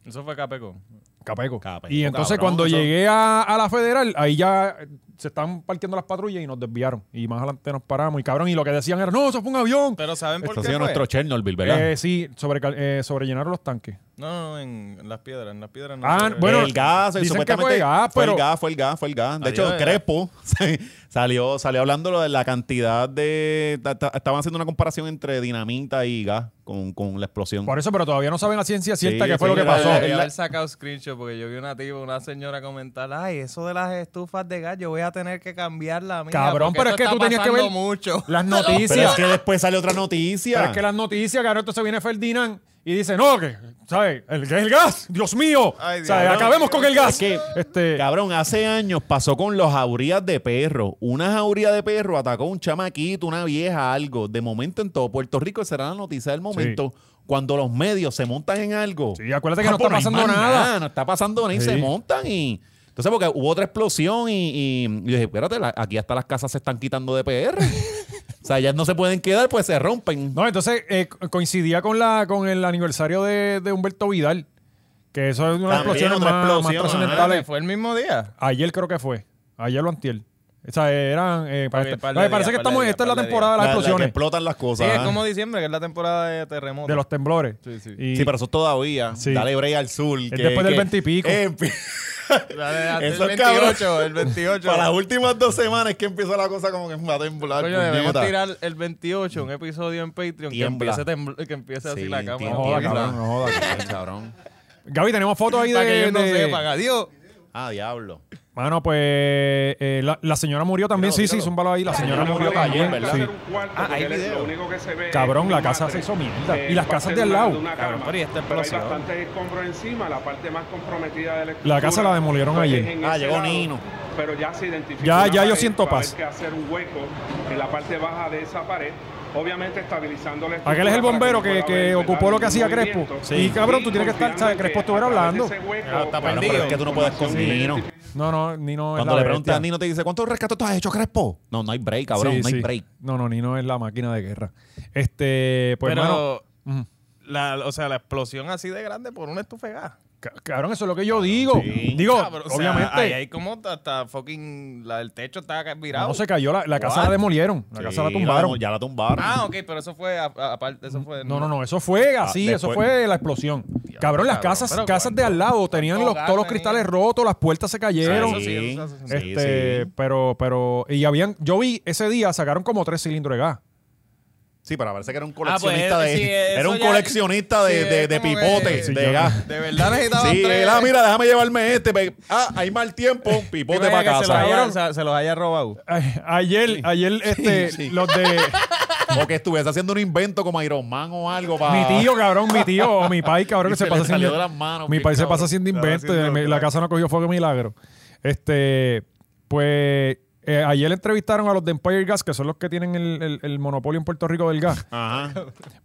Eso fue Capeco.
Capeco.
Capeco,
y entonces
cabrón,
cuando
eso-
llegué a, a la federal, ahí ya eh, se estaban partiendo las patrullas y nos desviaron. Y más adelante nos paramos y cabrón, y lo que decían era, no, eso fue un avión.
Pero ¿saben por
Esto ha
qué
sido
fue?
nuestro Chernobyl, ¿verdad?
Eh, sí, sobre, sobrellenaron los tanques.
No, no, en en las piedras, en las piedras no.
Ah,
se-
bueno,
el gas,
dicen que
supuestamente
fue gas, pero-
el gas, fue el gas, fue el gas. De hecho,
Adiós, ya.
Crespo se- salió, salió hablando lo de la cantidad de. ta- ta- Estaban haciendo una comparación entre dinamita y gas con, con la explosión.
Por eso, pero todavía no saben a ciencia cierta
Sí,
qué fue lo
sí,
que
era-
pasó.
era-
Debería haber sacado screenshot porque yo vi una tía, una señora comentar, ay, eso de las estufas de gas, yo voy a tener que cambiar la mía.
Cabrón, pero
porque
es
esto
que
está
tú tenías que
pasando
ver-
mucho.
Las
Pero es
noticias.
que después sale otra noticia.
Pero es que las noticias, cabrón, entonces viene Ferdinand y dice, no, que, ¿sabes? El, el gas, Dios mío.
Ay, Dios.
¿Sabes?
Cabrón.
Acabemos con el gas. este,
Cabrón, hace años pasó con los jaurías de perro. Una jauría de perro atacó a un chamaquito, una vieja, algo. De momento en todo Puerto Rico esa será la noticia del momento. Cuando los medios se montan en algo.
Sí, acuérdate que no
Papo,
está pasando
hay más
nada.
No está pasando nada y
Sí.
se montan y... Entonces, porque hubo otra explosión y, y- y yo dije, espérate, la- aquí hasta las casas se están quitando de PR. o sea, ya no se pueden quedar, pues se rompen.
No, entonces eh, co- coincidía con la con el aniversario de, de Humberto Vidal, que eso es una
También
explosión
otra
más,
explosión,
más
ajá.
Pues
trascendentales.
Fue el mismo día.
Ayer creo que fue, ayer lo antier. O sea, eran... eh, para
Ok,
esta-
par de
Oye, parece
días,
que
par de
estamos...
días,
esta es la
par de
temporada de las
La- la que
explosiones,
explotan las
Sí,
cosas.
es
¿ah?
como diciembre, que es la temporada de terremotos.
de los temblores.
Sí, sí.
Y-
Sí, pero eso es todavía.
Sí.
Dale break al sur. que-
después del
que-
20 y pico.
Eh, pi-
El
Eso es
28, el 28.
Para las últimas dos semanas es que empieza la cosa como que va a temblar.
Coño, debemos
puñeta.
tirar el 28, un episodio en Patreon que
Tiembla.
empiece, tembl- que empiece así
Sí,
la cámara.
tiembla.
No joda,
Tiembla.
cabrón, no joda.
Ay, cabrón.
Gaby, tenemos fotos ahí
Para
de...
que ellos no
de-
sepan. Adiós.
Ah, diablo.
Mano, pues eh, la, la señora murió también.
Míralo,
sí, sí,
míralo.
zúmbalo ahí. La señora murió
murió ayer,
ayer,
¿verdad?
sí.
Ah, hay video. Lo único que se ve
Cabrón,
es
la
un
casa
matre,
se hizo mierda.
eh,
Y las
parte
casas
de
de al
una-
lado.
de una
Cabrón,
cama.
pero y esta
Pero hay
explosión.
bastantes escombros encima, la parte más comprometida de la
La casa
estructura,
la demolieron
pues,
ayer.
es en
Ah,
ese
llegó
lado,
Nino.
Pero ya se identificó.
Ya-
una
ya yo
pared,
siento
va a haber
paz.
que hacer un hueco en la parte baja de esa pared. Obviamente estabilizando la
Aquel es el
estructura para
bombero
no
que,
pueda
que
haber, ¿verdad?
ocupó lo que
ningún
hacía Crespo.
movimiento.
Y cabrón, tú
Y
tienes que estar,
confiando
¿sabes?
en
Crespo
que
estuviera
a través
hablando.
de ese hueco,
Ah, está
pues,
cabrón, pero es que tú no puedes con
información de
Nino.
identificación.
No, no, Nino es
Cuando
la
le preguntas
bestia.
a Nino, te dice, ¿cuántos rescates tú has hecho, Crespo? No, no hay break, cabrón,
Sí,
no hay
sí.
break.
No, no, Nino es la máquina de guerra. Este, pues, hermano.
Pero, la, o sea, la explosión así de grande por una estufa de gas.
Cabrón, eso es lo que yo digo.
Sí.
Digo,
Cabrón, Ah, o sea,
obviamente.
ahí hay como hasta fucking. La, el techo estaba ca- virado.
no se cayó, la, la casa
What?
la demolieron. La casa la
Sí,
tumbaron.
ya la tumbaron.
Ah, ok, pero eso fue a- a- aparte. Eso fue.
No, no, no, eso fue así,
Ah,
eso
después-
fue la explosión. cabrón, las
cabrón,
casas,
pero
casas de al lado tenían
cuánto
los,
gas
todos los
tenía?
cristales rotos, las puertas se cayeron.
eso sí, eso sí, Ah, eso sí.
este, pero, pero, y habían, yo vi ese día sacaron como tres cilindros de gas.
Sí, pero parece que era un
pues,
coleccionista de.
sí, eso
era un
ya-
coleccionista de,
sí,
de,
es
de
como que-
pipote,
Sí,
de
yo-
gas.
De verdad necesitaban
Sí,
tres.
ah, mira, déjame llevarme este. pe- Ah, hay mal tiempo,
Tú
pipote
te
para
Se, los
casa.
haya- se- se los haya robado.
Ay, Ayer, ayer, este,
sí.
los de
O que estuviese haciendo un invento como Iron Man o algo para.
mi tío, cabrón, mi tío, o mi país, cabrón,
Y
que se,
se le
pasa
salió
haciendo.
de las manos,
mi
bien
país se
cabrón.
pasa haciendo
Estaba
invento. y
haciendo
me- la
crack.
casa no cogió fuego milagro. Este, pues, eh, ayer entrevistaron a los de Empire Gas, que son los que tienen el, el- el monopolio en Puerto Rico del gas.
Ajá.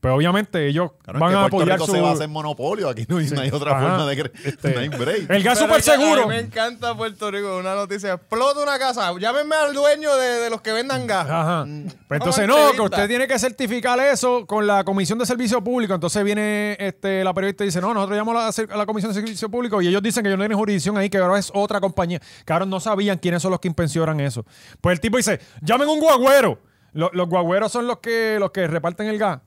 Pero obviamente ellos
Claro,
van
es que
a
Puerto
apoyar
Rico
su...
se va a hacer monopolio. Aquí no hay, no hay otra
Ajá. Este,
forma de que no hay break.
El gas
Pero
súper
es que A
seguro.
mí me encanta Puerto Rico. Una noticia. Explota una casa. Llámenme al dueño de, de los que vendan gas.
Ajá. Pero entonces
Mm.
no,
Vamos a
que
entrevista.
usted tiene que certificar eso con la Comisión de Servicio Público. Entonces viene este, la periodista y dice, no, nosotros llamamos a la, cer- a la Comisión de Servicio Público y ellos dicen que ellos no tienen jurisdicción ahí, que ahora es otra compañía. Que ahora no sabían quiénes son los que impensionan eso. Pues el tipo dice, llamen un guagüero. Lo- los guagüeros son los que, los que reparten el gas.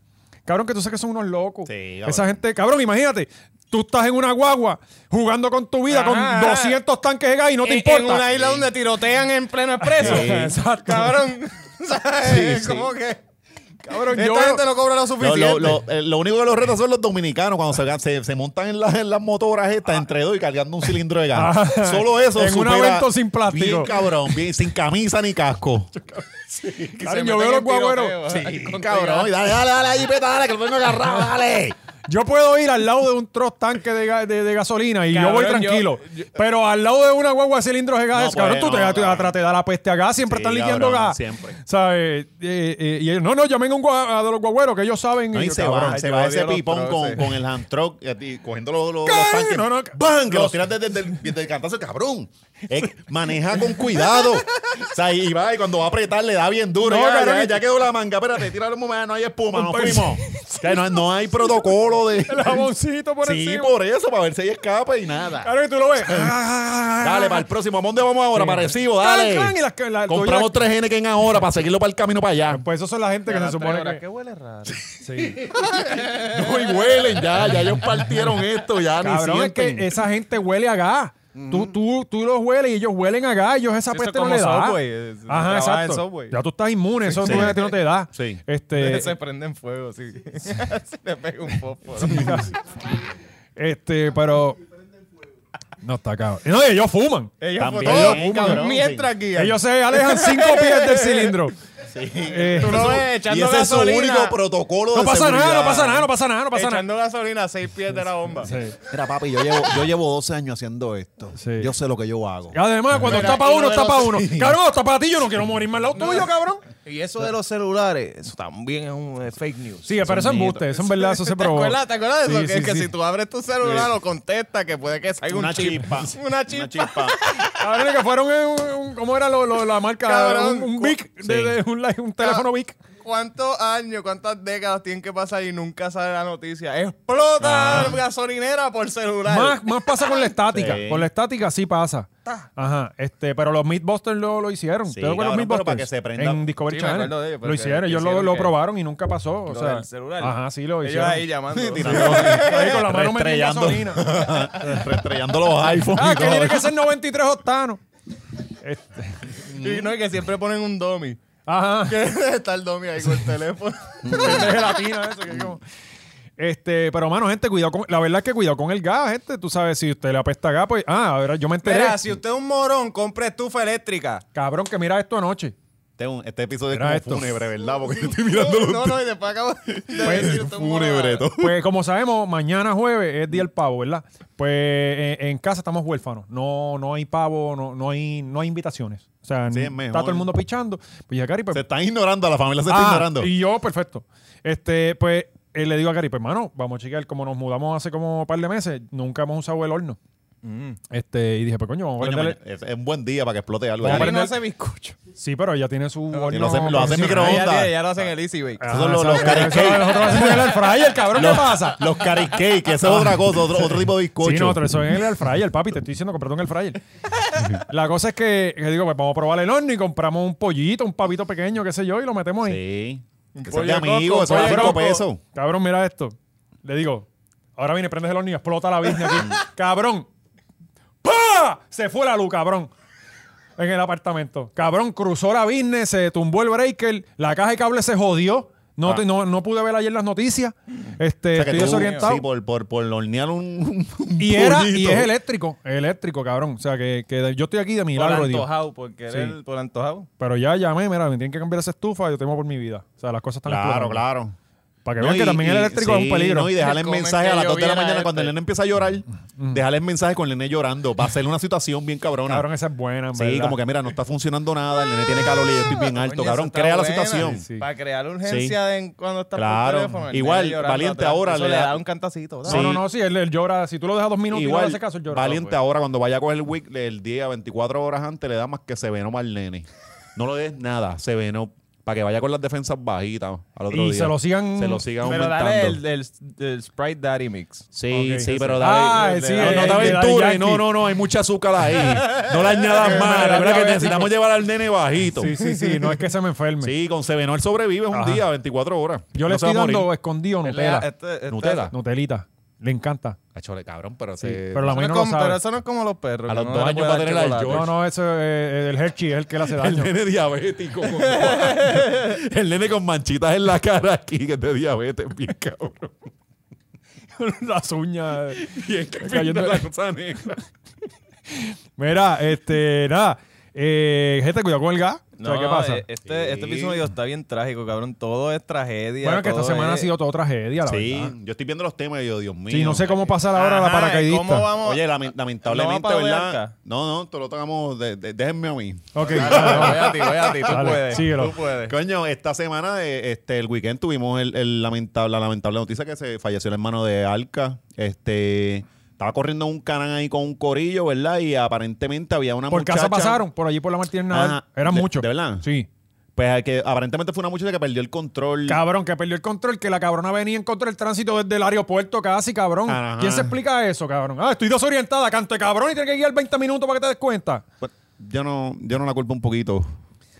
Cabrón, que tú sabes que son unos locos.
Sí, cabrón.
Esa gente, cabrón, imagínate. Tú estás en una guagua jugando con tu vida,
Ajá.
con 200 tanques de gas y no te
En-
importa.
En una isla donde tirotean en pleno expreso.
Sí. Exacto.
Cabrón. ¿Sabes? ¿Cómo que?
Cabrón,
Esta
yo-
gente no cobra lo
Lo,
suficiente.
lo- lo- eh, lo único que los retas son los dominicanos cuando se, se, se montan en, las- en las motoras estas entre dos y cargando un cilindro de gas.
Ah.
Solo eso.
En un
supera-
avento sin plástico.
Bien cabrón, bien, sin camisa ni casco.
Y
Cabrón,
se
yo veo
meten
los
en tiroteo,
guagüeros.
¿verdad?
Sí,
Con
cabrón. Y
gas.
Dale, dale, dale, ahí, peta, dale, que lo tengo agarrado, dale.
Yo puedo ir al lado de un troz tanque de, ga- de- de gasolina y yo voy
Cabrón,
tranquilo. pero al lado de una guagua de cilindros de gas,
No,
cabrón,
pues,
tú te,
no,
te-
cabrón.
atrás te da la peste a gas, siempre
Sí,
están liqueando
cabrón,
gas.
siempre.
¿Sabes? Eh, eh, y ellos, no, no, llamen a, un gua- a de los guagüeros que ellos saben.
No,
Y
y
yo,
se
cabrón,
va, se
yo
va
odio
ese
los
pipón con,
troces.
con el hand truck
Ah.
eh, y cogiendo los, los, los
Cabrón,
tanques.
no, no,
¡Bang! Que los tiras desde, el- desde el cantazo, cabrón. Eh, maneja con cuidado. o sea, y va, y cuando va a apretar le da bien duro.
No,
ya,
cabrón,
ya,
y-
ya quedó la manga. Espérate, tíralo un momento, no hay espuma, no
Pues-
fuimos. O sea, no, no hay protocolo de.
El jaboncito por
sí, pues.
encima.
por eso, para ver si hay escapa y nada.
Claro que tú lo ves.
Dale, para el próximo. ¿A dónde vamos ahora?
Sí.
Para Arecibo,
Clan,
dale.
clan, y las que- la- doy
Compramos tres Henneken ahora para seguirlo para el camino para allá.
Pues eso son la gente que se supone
Ahora,
que...
¿Qué huele raro?
No, y huelen ya, ya ellos partieron esto, ya ni
Cabrón, es
sienten.
que esa gente huele a gas. Tú, tú, tú los hueles y ellos huelen a gas. Ellos esa
Eso es
peste no
como
le da.
Subway, es-
Ajá,
trabaja en
exacto.
Subway.
Ya tú estás inmune. eso
Sí.
no, a ti no te da.
Sí.
Este,
se prende en fuego, sí. si le pega un fósforo.
este, pero... No está cabrón. No, ellos fuman.
Ellos
También,
fotograman
cabrón,
mientras guían.
Ellos se alejan cinco pies del cilindro. Eh,
Tú lo ves echando
y ese
gasolina.
es su único protocolo
no
de
pasa nada,
seguridad.
no pasa nada, no pasa nada, no pasa nada.
echando gasolina a seis pies de la bomba.
Mira, papi, yo llevo, yo llevo 12 años haciendo esto.
Sí.
Yo sé lo que yo hago.
Además, cuando
Mira,
está para
y
uno,
uno de
está
los-
para uno.
Sí.
Cabrón, está para ti, yo no quiero morirme al lado tuyo, cabrón.
Y eso de los celulares, eso también es un eh, fake news.
Sí, pero eso es embuste, eso en verdad, eso se
¿Te
probó.
acuerdas, ¿Te acuerdas de eso?
Sí,
que
sí,
es que
sí.
si tú abres tu celular o contestas, que puede que salga un chip. Una chispa.
Cabrón, que fueron en un, un- ¿cómo era lo, lo- la marca?
Cabrón, Ah.
un, un Vic, de,
sí.
de- un, un teléfono Vic.
¿Cuántos años, cuántas décadas tienen que pasar y nunca sale la noticia? ¡Explota gasolinera por celular!
Más, más pasa con la estática.
Sí.
Con la estática sí pasa. Ajá. Este, pero los Meatbusters lo, lo hicieron.
Sí,
¿Te acuerdas de los
cabrón, pero
Meatbusters?
para que se prenda-
En Discovery
Sí, me
Channel.
acuerdo de ellos, pero
lo
que-
hicieron,
que
ellos lo,
hicieron
lo
que-
probaron y nunca pasó. o
Lo
sea,
del celular.
Ajá, sí lo
Ellos
hicieron.
ahí llamando.
Ahí con la mano metiendo gasolina.
Restrellando, restrellando los iPhones.
Ah,
y
que
todo.
tiene que ser 93 octanos. Este,
y no, y que siempre ponen un dummy.
ajá.
Que está el dummy ahí con el teléfono.
de gelatina eso que es como- Este, pero mano, gente, cuidado con. La verdad es que cuidado con el gas, gente. Tú sabes, si usted le apesta gas, pues. Ah, ahora yo me enteré.
Mira, si usted es un morón, compre estufa eléctrica.
Cabrón, que mira esto anoche.
Este, es un- este episodio es
Mira
como
esto.
fúnebre, ¿verdad? Porque yo estoy mirando los
No, no, y después acabo de decir usted es un
fúnebre.
morón.
todo.
Pues como sabemos, mañana jueves es día del pavo, ¿verdad? Pues eh, en, casa estamos huérfanos. No, no hay pavo, no, no hay, no hay invitaciones. O sea,
Sí, es
está
mejor.
todo el mundo pichando. Pues ya, Cari, pues.
Se están ignorando, la familia se está
Ah,
ignorando.
Y yo, perfecto. Este, pues eh, le digo a Cari, pues hermano, vamos a chequear, como nos mudamos hace como un par de meses, nunca hemos usado el horno. Este, y dije, pues coño, vamos a
Mm. Coño,
prenderle-
mañana- es, es un buen día para que explote algo.
Vamos a
ahí.
Cari no
prender-
hace bizcocho.
Sí, pero ella tiene su horno.
lo hace- lo hace
profesional.
en microondas.
Ya, ya, ya lo hacen el Easy Bake.
Ah,
Esos son los- los
esa-
carrot
eso-
cake.
Nosotros hacemos en el air fryer, cabrón, ¿qué
Los-
pasa?
Los carrot cake, que esa es otra cosa, otro, otro tipo de bizcocho.
Sí, no, pero eso es en el air fryer, papi. Te estoy diciendo, comprate un air fryer. La cosa es que, que digo, pues vamos a probar el horno y compramos un pollito, un papito pequeño, qué sé yo, y lo metemos ahí.
Sí. Que
pollo
son de amigos,
coco,
eso
pollo
vale 5
coco.
pesos.
Cabrón, mira esto. Le digo, ahora viene, prendes el horno y explota la bisna aquí. cabrón. ¡Pah! Se fue la luz, cabrón. En el apartamento. Cabrón, cruzó la business, se tumbó el breaker, la caja de cable se jodió. No, te- no, no pude ver ayer las noticias. Este,
Ah. O sea, que
estoy
tú-
desorientado.
Sí, por, por, por hornear un, un
y, era, y
pollito.
es eléctrico, es eléctrico, cabrón. O sea, que, que yo estoy aquí de
Por
milagro, de Dios.
antojado, porque
Sí.
era el- por antojado.
Pero ya llamé, mira, me tienen que cambiar esa estufa, yo temo por mi vida. O sea, las cosas están
Claro,
explotando.
claro.
Para que
No,
vean que
y-
también el
y-
eléctrico
sí,
es un peligro.
No, y dejarles
Comen
mensaje
que
a las 2 de la
lloviera
mañana cuando el
este.
nene empieza a llorar.
Mm,
Dejarles mensaje con el nene llorando. Para hacerle una situación bien cabrona.
Cabrón, esa es buena, en
sí,
¿verdad?
como que mira, no está funcionando nada. El nene tiene calor y yo estoy bien alto.
Ah, Coño,
Cabrón,
eso está
crea la
buena.
situación.
Sí.
Para crear urgencia en- cuando estás
Claro.
por teléfono. el
Igual,
nene llorando
Valiente
atrás.
ahora
Eso
le
le
da-
da un cantacito.
No,
¿sabes?
Sí.
no, no, sí, él, él llora. Si tú lo dejas dos minutos y no le
Igual,
haces caso, él llora.
valiente
Pues.
ahora cuando vaya a coger el week, el día 24 horas antes le da más que se venó mal nene. No le des nada, se venó para que vaya con las defensas bajitas al otro
Y
día.
se lo sigan-
se lo sigan
Pero
aumentando.
dale el, el- el Sprite Daddy Mix.
Sí,
Ok,
sí,
sí,
pero
sí.
dale.
Ah,
le-
sí,
no,
el-
no te
el de
aventures,
Yankee.
no, no, no, hay mucha azúcar ahí. No le añadas más. Recuerda que necesitamos llevar al nene bajito.
Sí,
Sí,
sí, sí, no es que se me enferme.
con Sevenol sobrevive un
Ajá.
día, 24 horas.
Yo le
No se
estoy
va a morir. eh.
dando escondido Nutella.
Este- este-
Nutella.
Nutelita. Le encanta.
Cachole, cabrón, pero
Sí,
se-
pero la
Eso no
maíz
es
no lo
como-
sabe.
pero eso no es como los perros.
A
que
los
no
dos
le
años
puede
va a
dar
tener la
chocolate.
George.
No, no, eso eh, el Hershey es el que le hace
El
daño.
nene diabético. con- el nene con manchitas en la cara aquí, que es de diabetes, bien cabrón.
Las uñas.
Y es que
Cayendo-
pinta la cosa negra.
Mira, este, nada. Eh, gente, cuidado con el gas. O sea,
No,
¿Qué pasa?
eh, Este, este
Sí.
episodio está bien trágico, cabrón. Todo es tragedia.
bueno, que esta
todo
semana
es-
ha sido todo tragedia, la
Sí,
verdad.
yo estoy viendo los temas y yo, Dios mío.
Sí, no sé cómo pasar ahora la
Ajá,
paracaidista.
¿Cómo vamos?
Oye, lame-
¿No
lamentablemente,
va para
¿verdad?
Bearca?
No, no, te lo tocamos. de- de- déjenme a mí.
Ok.
Dale, voy a ti, voy a ti. Tú
Dale,
puedes.
síguelo.
Tú puedes.
Coño, esta semana, eh, este, el weekend tuvimos el, el lamentable, la lamentable noticia que se falleció el hermano de Alca. Este, estaba corriendo un canal ahí con un corillo, ¿verdad? Y aparentemente había una
por
muchacha.
casa pasaron, por allí por la Martínez Nadal.
Ajá.
Eran
¿De-
muchos.
de verdad?
Sí.
Pues que aparentemente fue una muchacha que perdió el control.
Cabrón, que perdió el control, que la cabrona venía en contra del tránsito desde el aeropuerto casi, cabrón.
Ajá.
¿Quién se explica eso, cabrón? Ah, estoy desorientada, canto de cabrón y tiene que guiar 20 minutos para que te des cuenta.
Pues, yo no, yo no la culpo un poquito.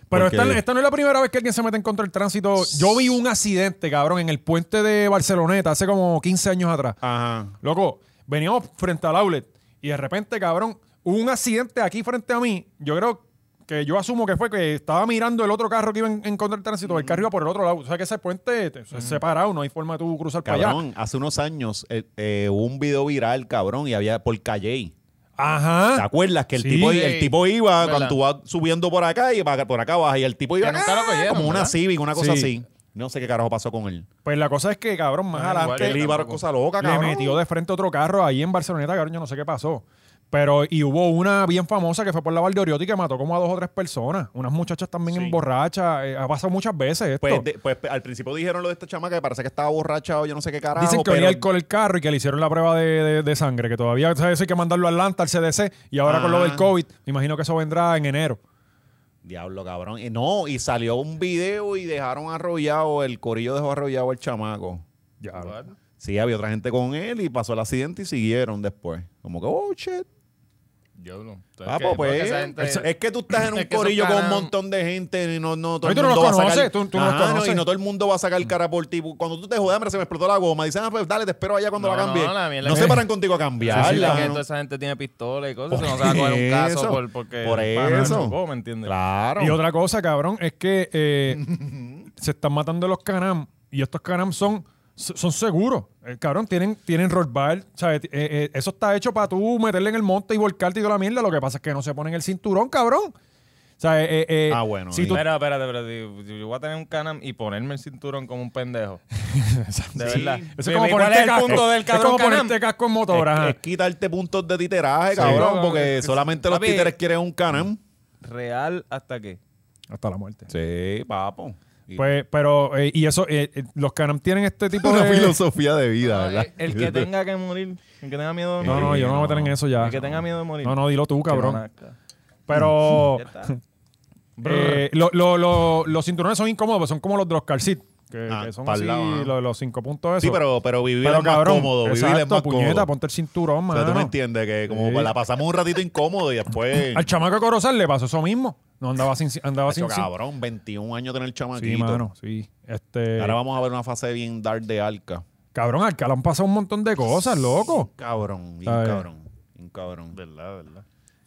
Pero
Porque-
esta, esta no es la primera vez que alguien se mete en contra del tránsito. Yo vi un accidente, cabrón, en el puente de Barceloneta hace como 15 años atrás.
Ah. Ajá.
Loco, veníamos frente al outlet y de repente, cabrón, hubo un accidente aquí frente a mí. Yo creo que yo asumo que fue que estaba mirando el otro carro que iba en, en contra del tránsito, el carro iba por el otro lado. O sea que ese puente te- es separado, no hay forma de tú cruzar para allá.
Cabrón, hace unos años eh, eh, hubo un video viral, cabrón, y había por Calle. ¿Te
Ajá.
acuerdas que el,
Sí.
tipo, el
Sí.
tipo iba
¿Verdad?
cuando tú vas subiendo por acá y para- por acá baja y el tipo iba
Que nunca lo
¡ah!
cogieron,
como una
¿verdad?
Civic, una cosa
Sí.
así. No sé qué carajo pasó con él.
Pues Ah, la cosa es que, cabrón, más adelante.
Que él iba a cosa loca,
Le
cabrón.
metió de frente otro carro ahí en Barceloneta, cabrón, yo no sé qué pasó. Pero, y hubo una bien famosa que fue por la Valdeoriotti que mató como a dos o tres personas. Unas muchachas también
Sí.
en borracha. ha pasado muchas veces esto.
Pues, de- pues, al principio dijeron lo de esta chamaca que parece que estaba borracha o yo no sé qué carajo.
Dicen que
pero-
olía alcohol el carro y que le hicieron la prueba de, de- de sangre, que todavía o sea, eso hay que mandarlo a Atlanta, al CDC, y ahora con lo
Ah.
del COVID, me imagino que eso vendrá en enero.
Diablo, cabrón. Y no, y salió un video y dejaron arrollado, el corillo dejó arrollado al chamaco.
Ya.
Sí, había otra gente con él y pasó el accidente y siguieron después. Como que, oh, shit.
Diablo.
Ah, pues, pues, es, es que tú estás en un
es que esos
corillo con un
canas-
montón de gente y no, no todo
Ay,
el
tú no
mundo
los
va a
conoces,
sacar...
tú- tú no los
Ajá,
conoces.
y no todo el mundo va a sacar cara por ti. Cuando tú te jodas, hombre, se me explotó la goma. Dicen, ah, pues dale, te espero allá cuando
No,
la
no,
cambie. No,
la mierda
se
que-
paran contigo a
Sí,
cambiarla.
porque
¿no?
toda esa gente tiene pistola y cosas, no se va a coger un caso
eso.
por, porque...
Por
para-
eso.
chocó, ¿Me entiendes?
Claro.
Y otra cosa, cabrón, es que eh, se están matando los Canam y estos Canam son, son seguros. Eh, cabrón, tienen, tienen rollbar. ¿sabes? Eh, eh, eso está hecho para tú meterle en el monte y volcarte y toda la mierda. Lo que pasa es que no se ponen el cinturón, cabrón. O sea, eh, eh,
Ah, bueno,
Si
ahí.
tú,
Espera, espérate, espérate. Yo- Yo voy a tener un canam y ponerme el cinturón como un pendejo. De
Sí.
verdad.
eso
Mi-
es como
mi- ¿Cuál
ponerte
es el
casco-
punto del
es
cabrón
como
canam?
ponerte casco en
Es-
motor. ajá.
Es, quitarte puntos de titeraje, cabrón,
No,
porque
es que-
solamente los
Papi.
títeres quieren un canam.
Real hasta qué.
Hasta la muerte.
Sí, papo. Y-
Pues, pero, eh, y eso, eh, eh, los Canam tienen este tipo
una
de.
filosofía de vida, ¿verdad?
pues, El, el que tenga que morir, el que tenga miedo de
No,
morir.
no, yo no me voy a meter en eso ya.
El que tenga miedo de morir.
No, no, dilo tú,
Que
cabrón.
nazca.
Pero
Ya está.
eh, lo- lo- lo- los cinturones son incómodos, son como los de los calcit, que,
Ah,
que son
pa'l
así,
lado, ajá.
los, los cinco puntos esos.
Sí, pero, pero vivir
Pero,
es más cómodo. Vivir es
exacto,
más
puñeta,
pues,
cómodo.
ponte el cinturón,
O sea, tú
mano.
me entiendes que como
Sí.
la pasamos un ratito incómodo y después.
Al chamaco de Corozal le pasó eso mismo. No andaba sin, andaba sin,
Hacho,
sin-
cabrón, 21 años tener el
Sí,
chamaquito.
mano, sí. Este,
Ahora vamos a ver una fase bien dark de Alca.
cabrón, al que le han pasado un montón de cosas, loco.
Cabrón, bien
Está bien.
cabrón. Bien cabrón. Verdad, verdad.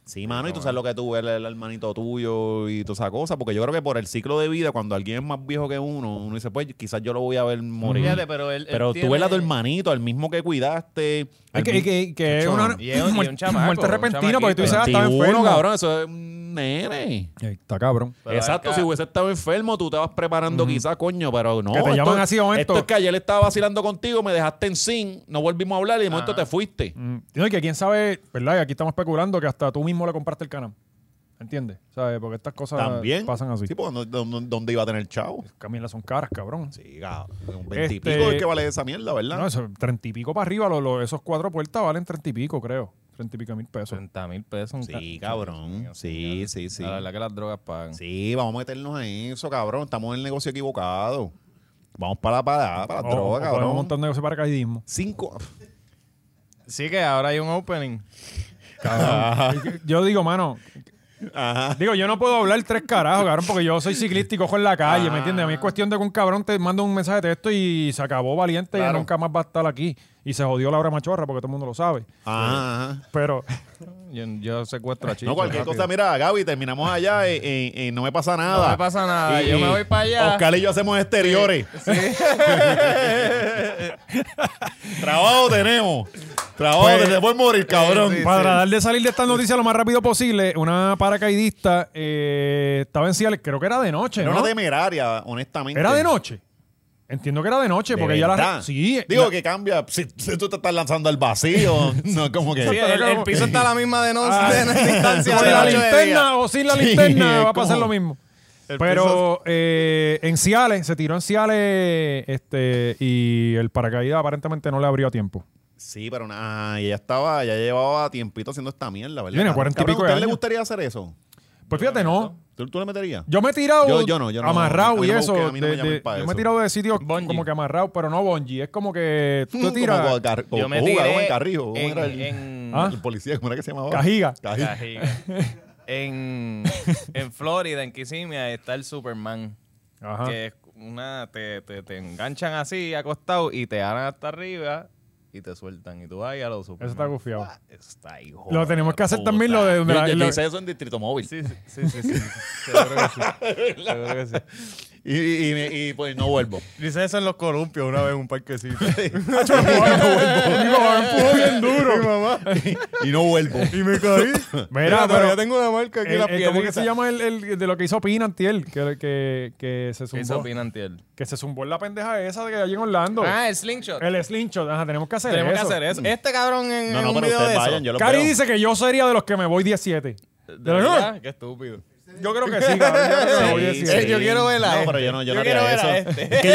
Sí, mano, y tú sabes lo que tuvo el, el hermanito tuyo y toda esa cosa, porque yo creo que por el ciclo de vida, cuando alguien es más viejo que uno, uno dice, pues quizás yo lo voy a ver morir.
Fíjate, pero él- él
pero tú
tiene-
ves a tu hermanito, al mismo que cuidaste.
Es que,
al
que- que es
Chon.
una
Y es- y es un
muer-
chamaco,
muerte
un
repentina porque tú dices, ah, estaba
21,
enfermo.
cabrón, eso es un nene.
Ey, Está cabrón.
Pero
Exacto,
acá-
si hubiese estado enfermo, tú te vas preparando quizás, coño, pero no.
Que te llaman así de momento.
esto es que ayer estaba vacilando contigo, me dejaste en sin, no volvimos a hablar y de momento te fuiste.
Mm, No, y que quién sabe, ¿verdad? Y aquí estamos especulando que hasta tú mismo le compraste el canal. ¿Entiendes? ¿Sabes? Porque estas cosas
También.
pasan así.
Sí, porque ¿dó- dó- ¿dónde iba a tener chavo?
Camila son caras, cabrón.
Sí, cabrón, un
Este-
veintipico es que vale esa mierda, ¿verdad?
No, eso, treinta y pico para arriba, lo- lo- esos cuatro puertas valen treinta y pico, creo. Treinta y pico mil pesos.
30 mil pesos.
Sí, cabrón. Sí, sí, sí.
La verdad que las drogas pagan.
Sí, vamos a meternos en eso, cabrón. Estamos en el negocio equivocado. Vamos para la parada, para la
O- o
droga,
podemos
cabrón.
montar Pues, un negocio de paracaidismo.
Cinco.
Sí que ahora hay un opening.
Ah.
Yo digo, mano. Digo, yo no puedo hablar tres carajos, cabrón, porque yo soy ciclista y cojo en la calle, ¿me entiendes? A
Ah.
mí es cuestión de que un cabrón te manda un mensaje de texto y se acabó valiente y nunca más va a estar aquí. Y se jodió la hora machorra porque todo el mundo lo sabe.
Ajá. ajá.
Pero,
Yo, yo secuestro a chicos.
No, cualquier
rápido.
cosa, mira, Gaby, terminamos allá y, y- y no me pasa nada.
No me pasa nada, Ah, yo me voy para allá.
Oscar y yo hacemos exteriores. Trabajo tenemos. Trabajo,
Pues-
te te puedes morir, cabrón.
pues,
Sí,
para tratar de salir de esta noticia lo más rápido posible, una paracaidista eh, estaba en Ciales, creo que era de noche,
Era
¿no?
una temeraria, honestamente.
Era de noche. Entiendo que era de noche,
¿De
porque ya
verdad?
la. Sí,
Digo
la-
que cambia. Si, si tú te estás lanzando al vacío, no como que.
Sí, el, el piso está a la misma de no de la distancia.
Con
de
la
ocho de día.
linterna o sin la
Sí,
linterna
es
va a pasar
como-
lo mismo.
El
Pero eh, en Ciales, se tiró en Ciales este, y el paracaídas aparentemente no le abrió a tiempo.
Sí, pero nada. y Ella estaba, ya llevaba tiempito haciendo esta mierda, ¿verdad?
Tiene
Cabrón,
40 y
cabrón,
pico de
¿A usted le
años.
gustaría hacer eso?
Pues fíjate, no.
¿Tú, tú le meterías?
Yo me he tirado
Yo- yo no, yo no. A
amarrado
mí
y
no me
eso.
busquen, a mí no me
de-
llamen
de-
pa'
yo
eso.
me he tirado de sitios
Bungee.
como que amarrado, pero no bungee. Es como que tú te
Como
tiras
con Car-
Yo
como
me
Juga,
tiré
en Carrijo. ¿Cómo
en-
era el,
en-
Ah.
el policía? ¿Cómo era que se llamaba?
cajiga.
Cajiga.
En, en Florida, en Kissimmee, ahí está el Superman.
Ajá.
Que es una, te, te, te enganchan así, acostado, y te aran hasta arriba y te sueltan. Y tú vas a los
Eso
Superman.
está gufiado.
Eso está hijo.
Lo tenemos que hacer también lo de.
Yo, yo
lo-
hice eso en Distrito Móvil.
eh, Sí, sí, sí. sí, sí. Seguro que sí. Seguro que sí.
Y, y, y me- y, pues no vuelvo.
Dice eso en los columpios una vez en un parquecito.
Mi mamá. Y, y no vuelvo.
y me caí.
Mira, pero.
yo tengo una marca aquí en
el-
la
el- eh, ¿Cómo que
piedrita.
se llama el, el de lo que hizo Pina Antiel? Que, que, que se
¿Qué hizo
zumbó.
Pina Antiel?
Que se zumbó en la pendeja esa de que hay en Orlando.
Ah, el slingshot.
El slingshot, ajá, tenemos que hacer
Tenemos que
eso.
hacer eso. Este cabrón en
No, no,
un
pero
video de
ustedes
eso.
vayan, yo los
Cari
veo.
dice que yo sería de los que me voy 17.
¿De verdad? Qué estúpido.
Yo creo que sí, cabrón. Yo creo que me voy
Sí,
17.
sí.
Yo quiero ver a
No,
este.
pero yo no, yo
Yo
no
quiero
haría
ver a
eso.
este.
Es que yo,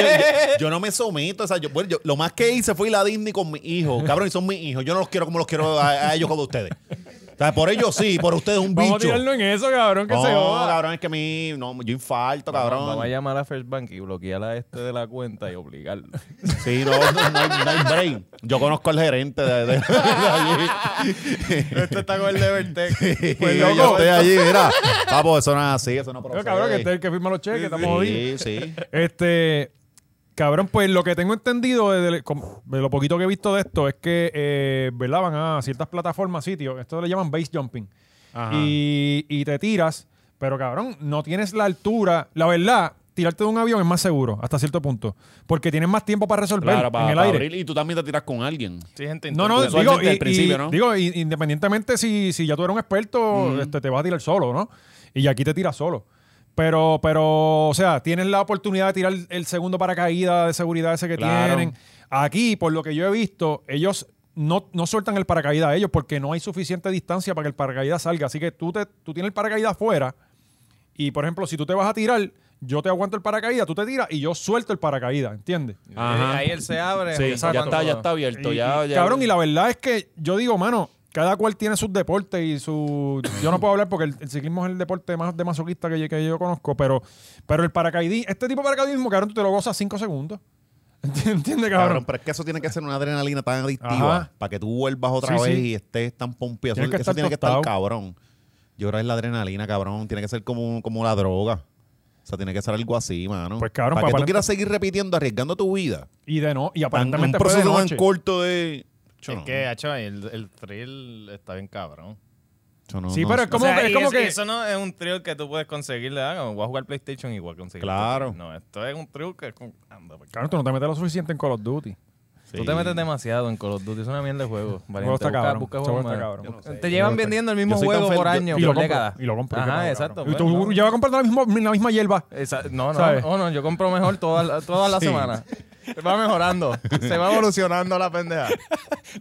yo- yo no me someto. O sea, yo, bueno, yo- lo más que hice fue ir a Disney con mis hijos. Cabrón, y son mis hijos. Yo no los quiero como los quiero a, a ellos como ustedes. O sea, por ellos sí, por ustedes un
Vamos a
bicho.
tirarnos en eso, cabrón, que
No,
se joda.
cabrón, es que a mí, no, yo infarto, cabrón.
Vamos a llamar a First Bank y bloquear a este de la cuenta y obligarlo.
Sí, no, no, no hay, no hay brain. Yo conozco al gerente de, de- de allí.
este está con el de Vertec.
Pues,
Y yo
loco.
estoy allí, mira. Papo, eso no es así, eso no procede.
Pero, cabrón, que este es el que firma los cheques, estamos jodidos.
Sí, sí.
Este, cabrón, pues lo que tengo entendido de, de- como- de lo poquito que he visto de esto es que, eh, ¿verdad? Van a ciertas plataformas, sitios, esto le llaman base jumping. Y, y te tiras, pero cabrón, no tienes la altura. La verdad, tirarte de un avión es más seguro hasta cierto punto, porque tienes más tiempo para resolver
Claro,
en
para,
el
para
aire.
abrir. Y tú también te tiras con alguien.
Sí, gente
No, no,
Usualmente
digo,
al
y-
principio,
y-
¿no?
digo, y- independientemente si, si ya tú eres un experto, este, te vas a tirar solo, ¿no? Y aquí te tiras solo. Pero, pero, o sea, tienes la oportunidad de tirar el segundo paracaídas de seguridad ese que
Claro.
tienen. Aquí, por lo que yo he visto, ellos no, no sueltan el paracaídas a ellos porque no hay suficiente distancia para que el paracaídas salga. Así que tú, te, tú tienes el paracaídas afuera y, por ejemplo, si tú te vas a tirar, yo te aguanto el paracaídas, tú te tiras y yo suelto el paracaídas, ¿entiendes?
Ajá.
Ahí él se abre.
Sí, ya está, ya está abierto.
Y-
ya,
y,
ya-
Cabrón, y la verdad es que yo digo, mano, cada cual tiene sus deportes y su. Yo no puedo hablar porque el, el ciclismo es el deporte más de masoquista que, yo- que yo conozco, pero, pero el paracaidismo, este tipo de paracaidismo, cabrón, tú te lo gozas cinco segundos. ¿Entiendes,
Cabrón,
cabrón?
pero es que eso tiene que ser una adrenalina tan adictiva
Ajá.
para que tú vuelvas otra
Sí,
vez
sí.
y estés tan pompeado. Eso,
Tienes que
eso
estar
tiene que estar
tostado.
cabrón. Yo creo que es la adrenalina, cabrón. Tiene que ser como, como la droga. O sea, tiene que ser algo así, mano.
Pues, cabrón,
para que
para
tú quieras seguir repitiendo, arriesgando tu vida.
Y de no, y
Tan, un
aparentemente fue pues, de
proceso tan
noche.
corto de... Yo
Es
no.
que, hacho, el, el thrill está bien cabrón.
Yo no-
Sí,
no
pero
sé.
es como,
O sea,
es
y
como
es-
que.
Eso no es un trio que tú puedes conseguir, ¿verdad? Como voy a jugar PlayStation y voy a conseguir.
Claro.
esto. No, esto es un trio que es como... anda, por-
Claro, tú no te metes lo suficiente en Call of Duty.
Tú te metes demasiado en Call of Duty. Es una mierda de juego. Valiente,
está
busca-
cabrón,
busca
el
juegos
juego está
más.
cabrón. Yo no
Te
Yo no
llevan
sé.
vendiendo el mismo
Yo soy tan
juego por
fan-
año,
Y lo
por
compro.
décadas.
Y lo compro. qué
Ajá,
cabrón,
exacto. pues,
cabrón. Y
bueno,
tú llevas comprando la misma, la misma hierba.
Esa- no, no,
¿Sabes?
no, no, yo compro mejor todas las todas las
Sí.
semanas. Va mejorando. Se va evolucionando la pendeja.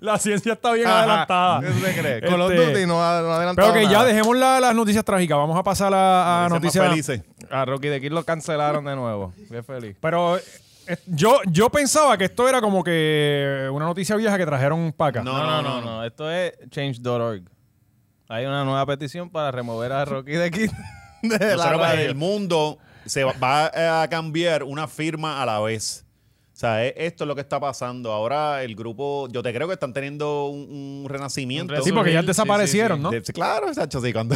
La ciencia está bien
Ajá.
adelantada.
¿Qué tú te crees?
Este,
Call of Duty no ha, no ha adelantado
Pero que ya
nada.
dejemos la- las noticias trágicas. Vamos a pasar a, a
Sean más
noticias.
felices.
A Ah, Rocky de Kid lo cancelaron de nuevo. Qué feliz.
Pero eh, yo, yo pensaba que esto era como que una noticia vieja que trajeron para acá.
No, no, no, no. Esto es change.org. Hay una nueva petición para remover a Rocky de Kid de la
Nosotros,
radio.
el mundo se va- va a cambiar una firma a la vez. O sea, e- esto es lo que está pasando. Ahora el grupo, yo te creo que están teniendo un, un renacimiento.
Sí, porque ya
Sí, sí,
desaparecieron, ¿no?
De- claro, chacho, sí, cuando...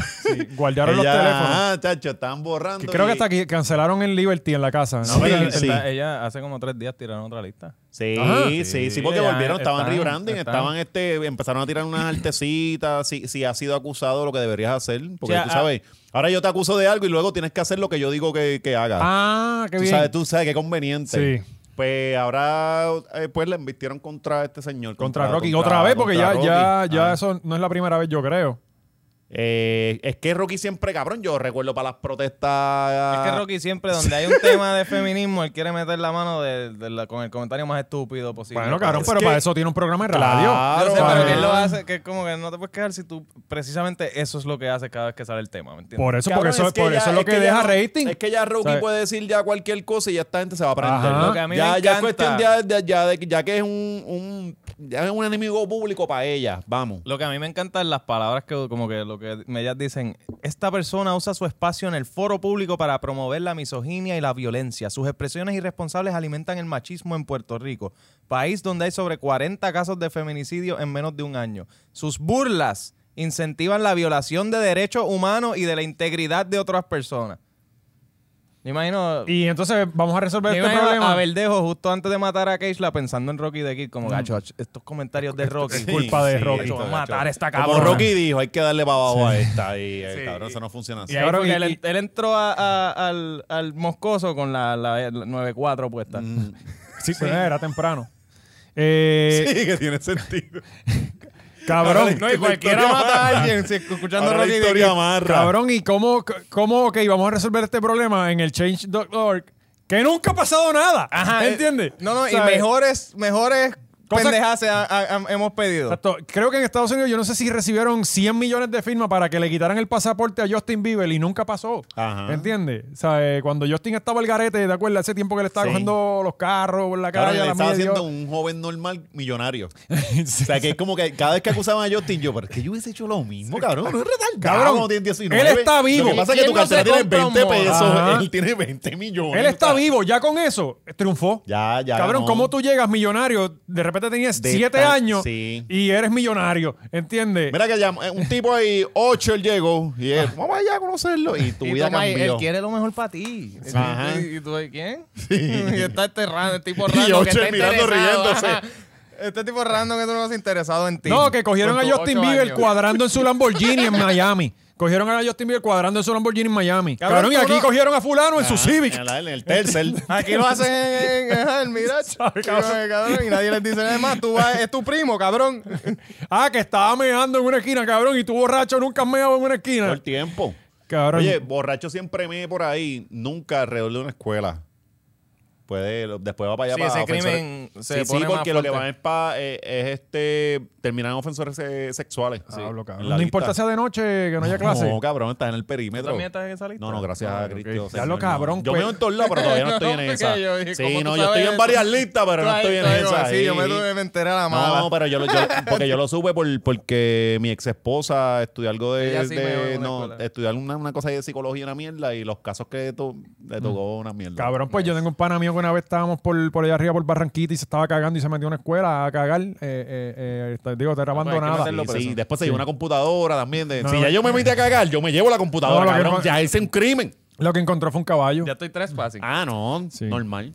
Guardaron los
Ella,
teléfonos.
Ah, chacho, están borrando.
Que creo
y-
que hasta que cancelaron el Liberty en la casa. ¿no?
Sí,
Pero
sí.
ella- Ella hace como tres días tiraron otra lista.
Sí,
Ajá.
sí, sí,
Sí,
porque
ya
volvieron, estaban
están,
rebranding,
están.
estaban este, empezaron a tirar unas artecitas, si, si has sido acusado lo que deberías hacer, porque
Ya,
tú
ah.
sabes, ahora yo te acuso de algo y luego tienes que hacer lo que yo digo que, que hagas.
Ah, qué
tú
bien.
sabes, tú sabes qué conveniente.
Sí.
Pues ahora eh, pues la invistieron contra este señor.
Contra Rocky. Otra vez, porque ya,
contra
ya,
Rocky.
ya
Ah.
eso no es la primera vez, yo creo.
Eh, es que Rocky siempre, cabrón, yo recuerdo para las protestas.
Es
Ah.
que Rocky siempre donde hay un tema de feminismo, él quiere meter la mano de- de la- con el comentario más estúpido posible.
Bueno, cabrón,
es
pero
que-
para eso tiene un programa de radio.
Claro. Ah.
Yo sé,
Para-
pero que él lo hace, que es como que no te puedes quejar si tú precisamente eso es lo que hace cada vez que sale el tema, ¿me entiendes?
Por eso, porque
Cabrón,
eso, por
ya-
eso es lo que,
ya
deja
no-
rating.
Es que ya Rocky
¿Sabes?
puede decir ya cualquier cosa y ya esta gente se va a aprender.
Ajá.
¿no?
Lo que
a mí me
ya, ya es
encanta-
cuestión ya, ya, ya de- ya que es un, un- ya es un enemigo público para ella. Vamos.
Lo que a mí me encantan las palabras que como que lo que me- ellas dicen, esta persona usa su espacio en el foro público para promover la misoginia y la violencia. Sus expresiones irresponsables alimentan el machismo en Puerto Rico, país donde hay sobre 40 casos de feminicidio en menos de un año. Sus burlas incentivan la violación de derechos humanos y de la integridad de otras personas. Me imagino
Y entonces vamos a resolver
Me
este
imagino
problema. Mm.
A Verdejo, justo antes de matar a Keishla, pensando en Rocky de Kid, como, gacho, ach, estos comentarios de Rocky.
es culpa de Rocky.
gacho, vamos a matar a esta
Como
cabrón.
Rocky dijo, hay que darle para abajo a esta. Y eh, cabrón, eso no funciona así.
Y ahí
Cabrón,
fue que
y-
él, él entró a- a- al, al moscoso con la, la, la 9-4 puesta.
Mm.
Sí, pues, era temprano. Eh,
Sí, que tiene sentido.
Cabrón.
No, y cualquiera mata a alguien si- escuchando
Ahora la
Rocky de
historia
Kid.
amarra.
Cabrón, ¿y cómo, cómo, ok, vamos a resolver este problema en el change.org? Que nunca ha pasado nada.
eh,
Ajá. ¿Entiendes?
No, no, y
¿Sabes?
mejores, mejores
Cosa-
pendejas se ha- ha- ha- hemos pedido.
Exacto. Creo que en Estados Unidos yo no sé si recibieron 100 millones de firmas para que le quitaran el pasaporte a Justin Bieber y nunca pasó.
Ajá.
¿Entiendes? O sea, eh, cuando Justin estaba al garete, ¿te acuerdas? Hace tiempo que le estaba
Sí.
cogiendo los carros por la cara.
Cabrón,
y a
le
la
estaba
media
haciendo
dio-
un joven normal millonario. O sea, que es como que cada vez que acusaban a Justin, yo, pero es que yo hubiese hecho lo mismo, cabrón. No es retardado.
Cabrón,
no tiene 19.
él está vivo.
Lo que pasa es que
¿Quién
tu
no se
cartera tiene
compra un
20 pesos.
Ajá.
Él tiene 20 millones.
Él está
cabrón.
vivo, ya con eso triunfó.
Ya, ya.
Cabrón,
ganó.
¿cómo tú llegas millonario? De repente tenías
De
7
tan-
años
sí.
y eres millonario. ¿Entiendes?
Mira que ya, eh, un tipo ahí, 8 él llegó, y él, vamos allá a conocerlo, y tu
Y
vida
toma ahí,
cambió.
Él quiere lo mejor para ti.
Ajá.
Y, y tú, ¿quién? Y está este random, el tipo
Y
random que
Ocho
está
mirando,
interesado,
riéndose.
ajá. Este tipo random que tú no has interesado en ti.
No, que cogieron
Con
a
tus
Justin
ocho
Bieber
años.
cuadrando en su Lamborghini en Miami. Cogieron a Justin Bieber cuadrando en su Lamborghini en Miami. Cabrón,
Cabrón,
y
tú
aquí
no-
cogieron a fulano en su
Ajá,
Civic.
En, la- en Ah, el tercer.
Aquí lo hacen en, en- ajá, en Mirage. Y no, eh, cabrón, y nadie les dice nada más. Tú vas, es tu primo, cabrón.
Ah, que estaba meando en una esquina, cabrón, y tú borracho nunca has meado en una
Todo
esquina.
el tiempo.
Cabrón.
Oye, borracho siempre me por ahí, nunca alrededor de una escuela. Puede, lo- después va para allá
Sí,
para
ese
ofensores.
crimen se
sí,
pone
sí,
más
porque lo que
fuerte.
van es para es este terminar en ofensores se- sexuales.
Pablo, Ah, cabrón.
En la
No
lista.
importa sea de noche, que no haya clase. Ah,
No, cabrón, estás en Ah, el perímetro.
también estás en esa lista?
No, no, gracias a Cristo.
ok.
señor,
Ya lo
no.
cabrón, pues.
Yo me veo en todos lados, pero todavía no estoy en
Porque
esa.
yo dije,
sí,
¿cómo
no,
tú
yo
sabes
estoy en
eso?
varias listas, pero no
Tú
estoy en
ahí, tú ahí,
esa.
Sí, yo me,
Sí.
tuve- me enteré a la mala.
No, pero yo lo, yo, porque yo lo supe por, porque mi ex esposa estudió algo de,
Ella sí
de-
me dio en una
no,
escuela.
estudió una, una cosa de psicología y una mierda y los casos que to- le tocó una mierda.
Cabrón, pues yo tengo un pana mío que una vez estábamos por, por allá arriba por Barranquita y se estaba cagando y se metió en una escuela a cagar. Eh, eh, eh, está- digo, te era
pues hay que
abandonada.
meterlo
Sí,
preso.
sí, después se llevó una computadora también. de-
No,
si
no.
ya yo me metí a cagar, yo me llevo la computadora,
No, lo que
cabrón.
pasa-
Ya hice un crimen.
Lo que encontró fue un caballo.
Ya estoy tres fácil.
Ah, no,
Sí.
normal.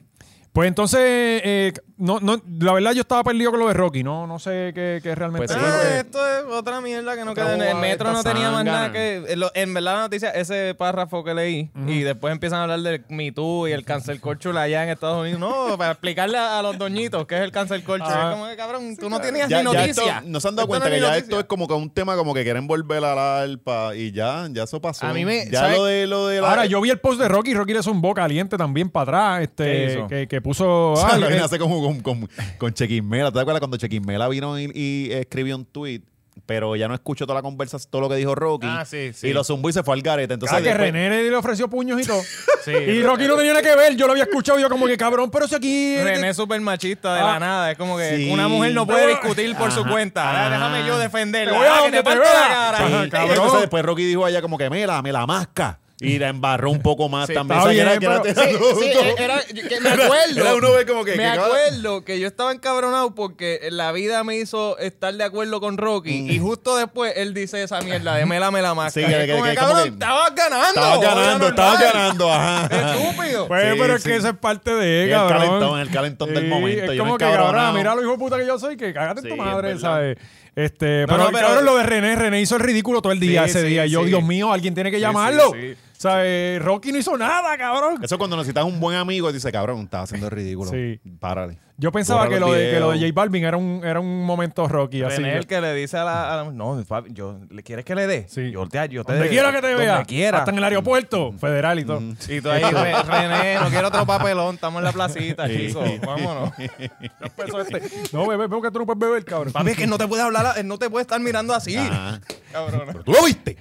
Pues entonces, eh, no, no, la verdad yo estaba perdido con lo de Rocky, no, no sé qué, qué realmente.
Pues sí,
Ah,
porque-
Ah, esto es otra mierda que no
Otra
queda en el
bobada,
metro. No
esta
tenía más
zángana.
nada que. en lo- En verdad, la noticia, ese párrafo que leí, y después empiezan a hablar del Me Too y el cancel culture allá en Estados Unidos. No, para explicarle a, a los doñitos qué es el cancel culture. Es como que, cabrón, tú no tenías
Ya-
ni
ya
noticia.
esto- no se han dado
Esto
cuenta
no
que
es
ya
ni
esto
noticia.
es como que un tema como que quieren volver a la alpa y ya, ya eso pasó.
A mí me-
ya
¿sabes?
lo de lo de la
Ahora, yo vi el post de Rocky, Rocky le hizo un boca caliente también para atrás,
¿Qué
este,
hizo?
que, que puso...
O sea,
ah, eh,
imagínate como con, con, con Chequismela. ¿Tú te acuerdas cuando Chequismela vino y, y escribió un tweet? Pero ya no escuchó toda la conversación, todo lo que dijo Rocky.
Ah, sí, sí.
Y lo zumbó y se fue al garete. Entonces,
ah, que
después-
René le ofreció puños y todo.
Sí.
Y Rocky no tenía nada que ver, yo lo había escuchado y yo como que cabrón, pero si aquí...
René es súper machista de
Ah.
la nada. Es como que
Sí.
una mujer no puede
Pero-
discutir por su cuenta. Ahora déjame yo defenderla.
Te voy a
Ah, que
donde te
parte la
vea.
cara.
Ajá,
Sí,
cabrón.
Entonces después Rocky dijo allá como que mela, me la masca. Y la embarró un poco más también.
está
O sea, que
bien,
era- que era-
Sí, sí,
e-,
era, que me acuerdo.
era uno ve como que- que
me
cada-
acuerdo que yo estaba encabronado porque la vida me hizo estar de acuerdo con Rocky y justo después él dice esa mierda de mela mela más.
Mm. Sí, que- que- que- como
cabrón,
que-
estabas ganando.
Estabas ganando, estabas ganando. Ajá.
Estúpido.
Pues,
Sí,
pero es
sí.
que eso es parte de,
Y el
cabrón.
calentón, el calentón del
Es
momento. Yo me
como que,
encabronado.
cabrón, mira lo hijo de puta que yo soy, que cágate en tu
Sí,
madre,
es verdad.
¿sabes? Este,
No,
pero,
no, pero-
cabrón, lo de René, René hizo el ridículo todo el día
Sí,
ese
sí,
día. Y yo,
sí.
Dios mío, alguien tiene que llamarlo.
sí, sí.
¿Sabes? Rocky no hizo nada, cabrón.
Eso cuando necesitas un buen amigo, dice cabrón, estás haciendo el ridículo.
Sí.
Párale.
Yo pensaba
Borra
que
los
lo, de, que lo de
videos.
J Balvin era un, era un momento Rocky. así
René,
que-
el que le dice a la, a la- no, papi, yo, ¿le quieres que le dé?
Sí.
Yo te, yo te
donde
dé.
quiera que te
Donde
vea.
quiera.
Hasta en el aeropuerto federal y todo.
Y tú ahí, "Re- René, no quiero otro papelón, estamos en la placita, chico, vámonos.
Ya empezó este. No, bebé, veo que tú no puedes beber, cabrón.
Papi, es que no te puede hablar, eh, no te puede estar mirando así.
Ajá.
Cabrón.
Pero tú lo viste.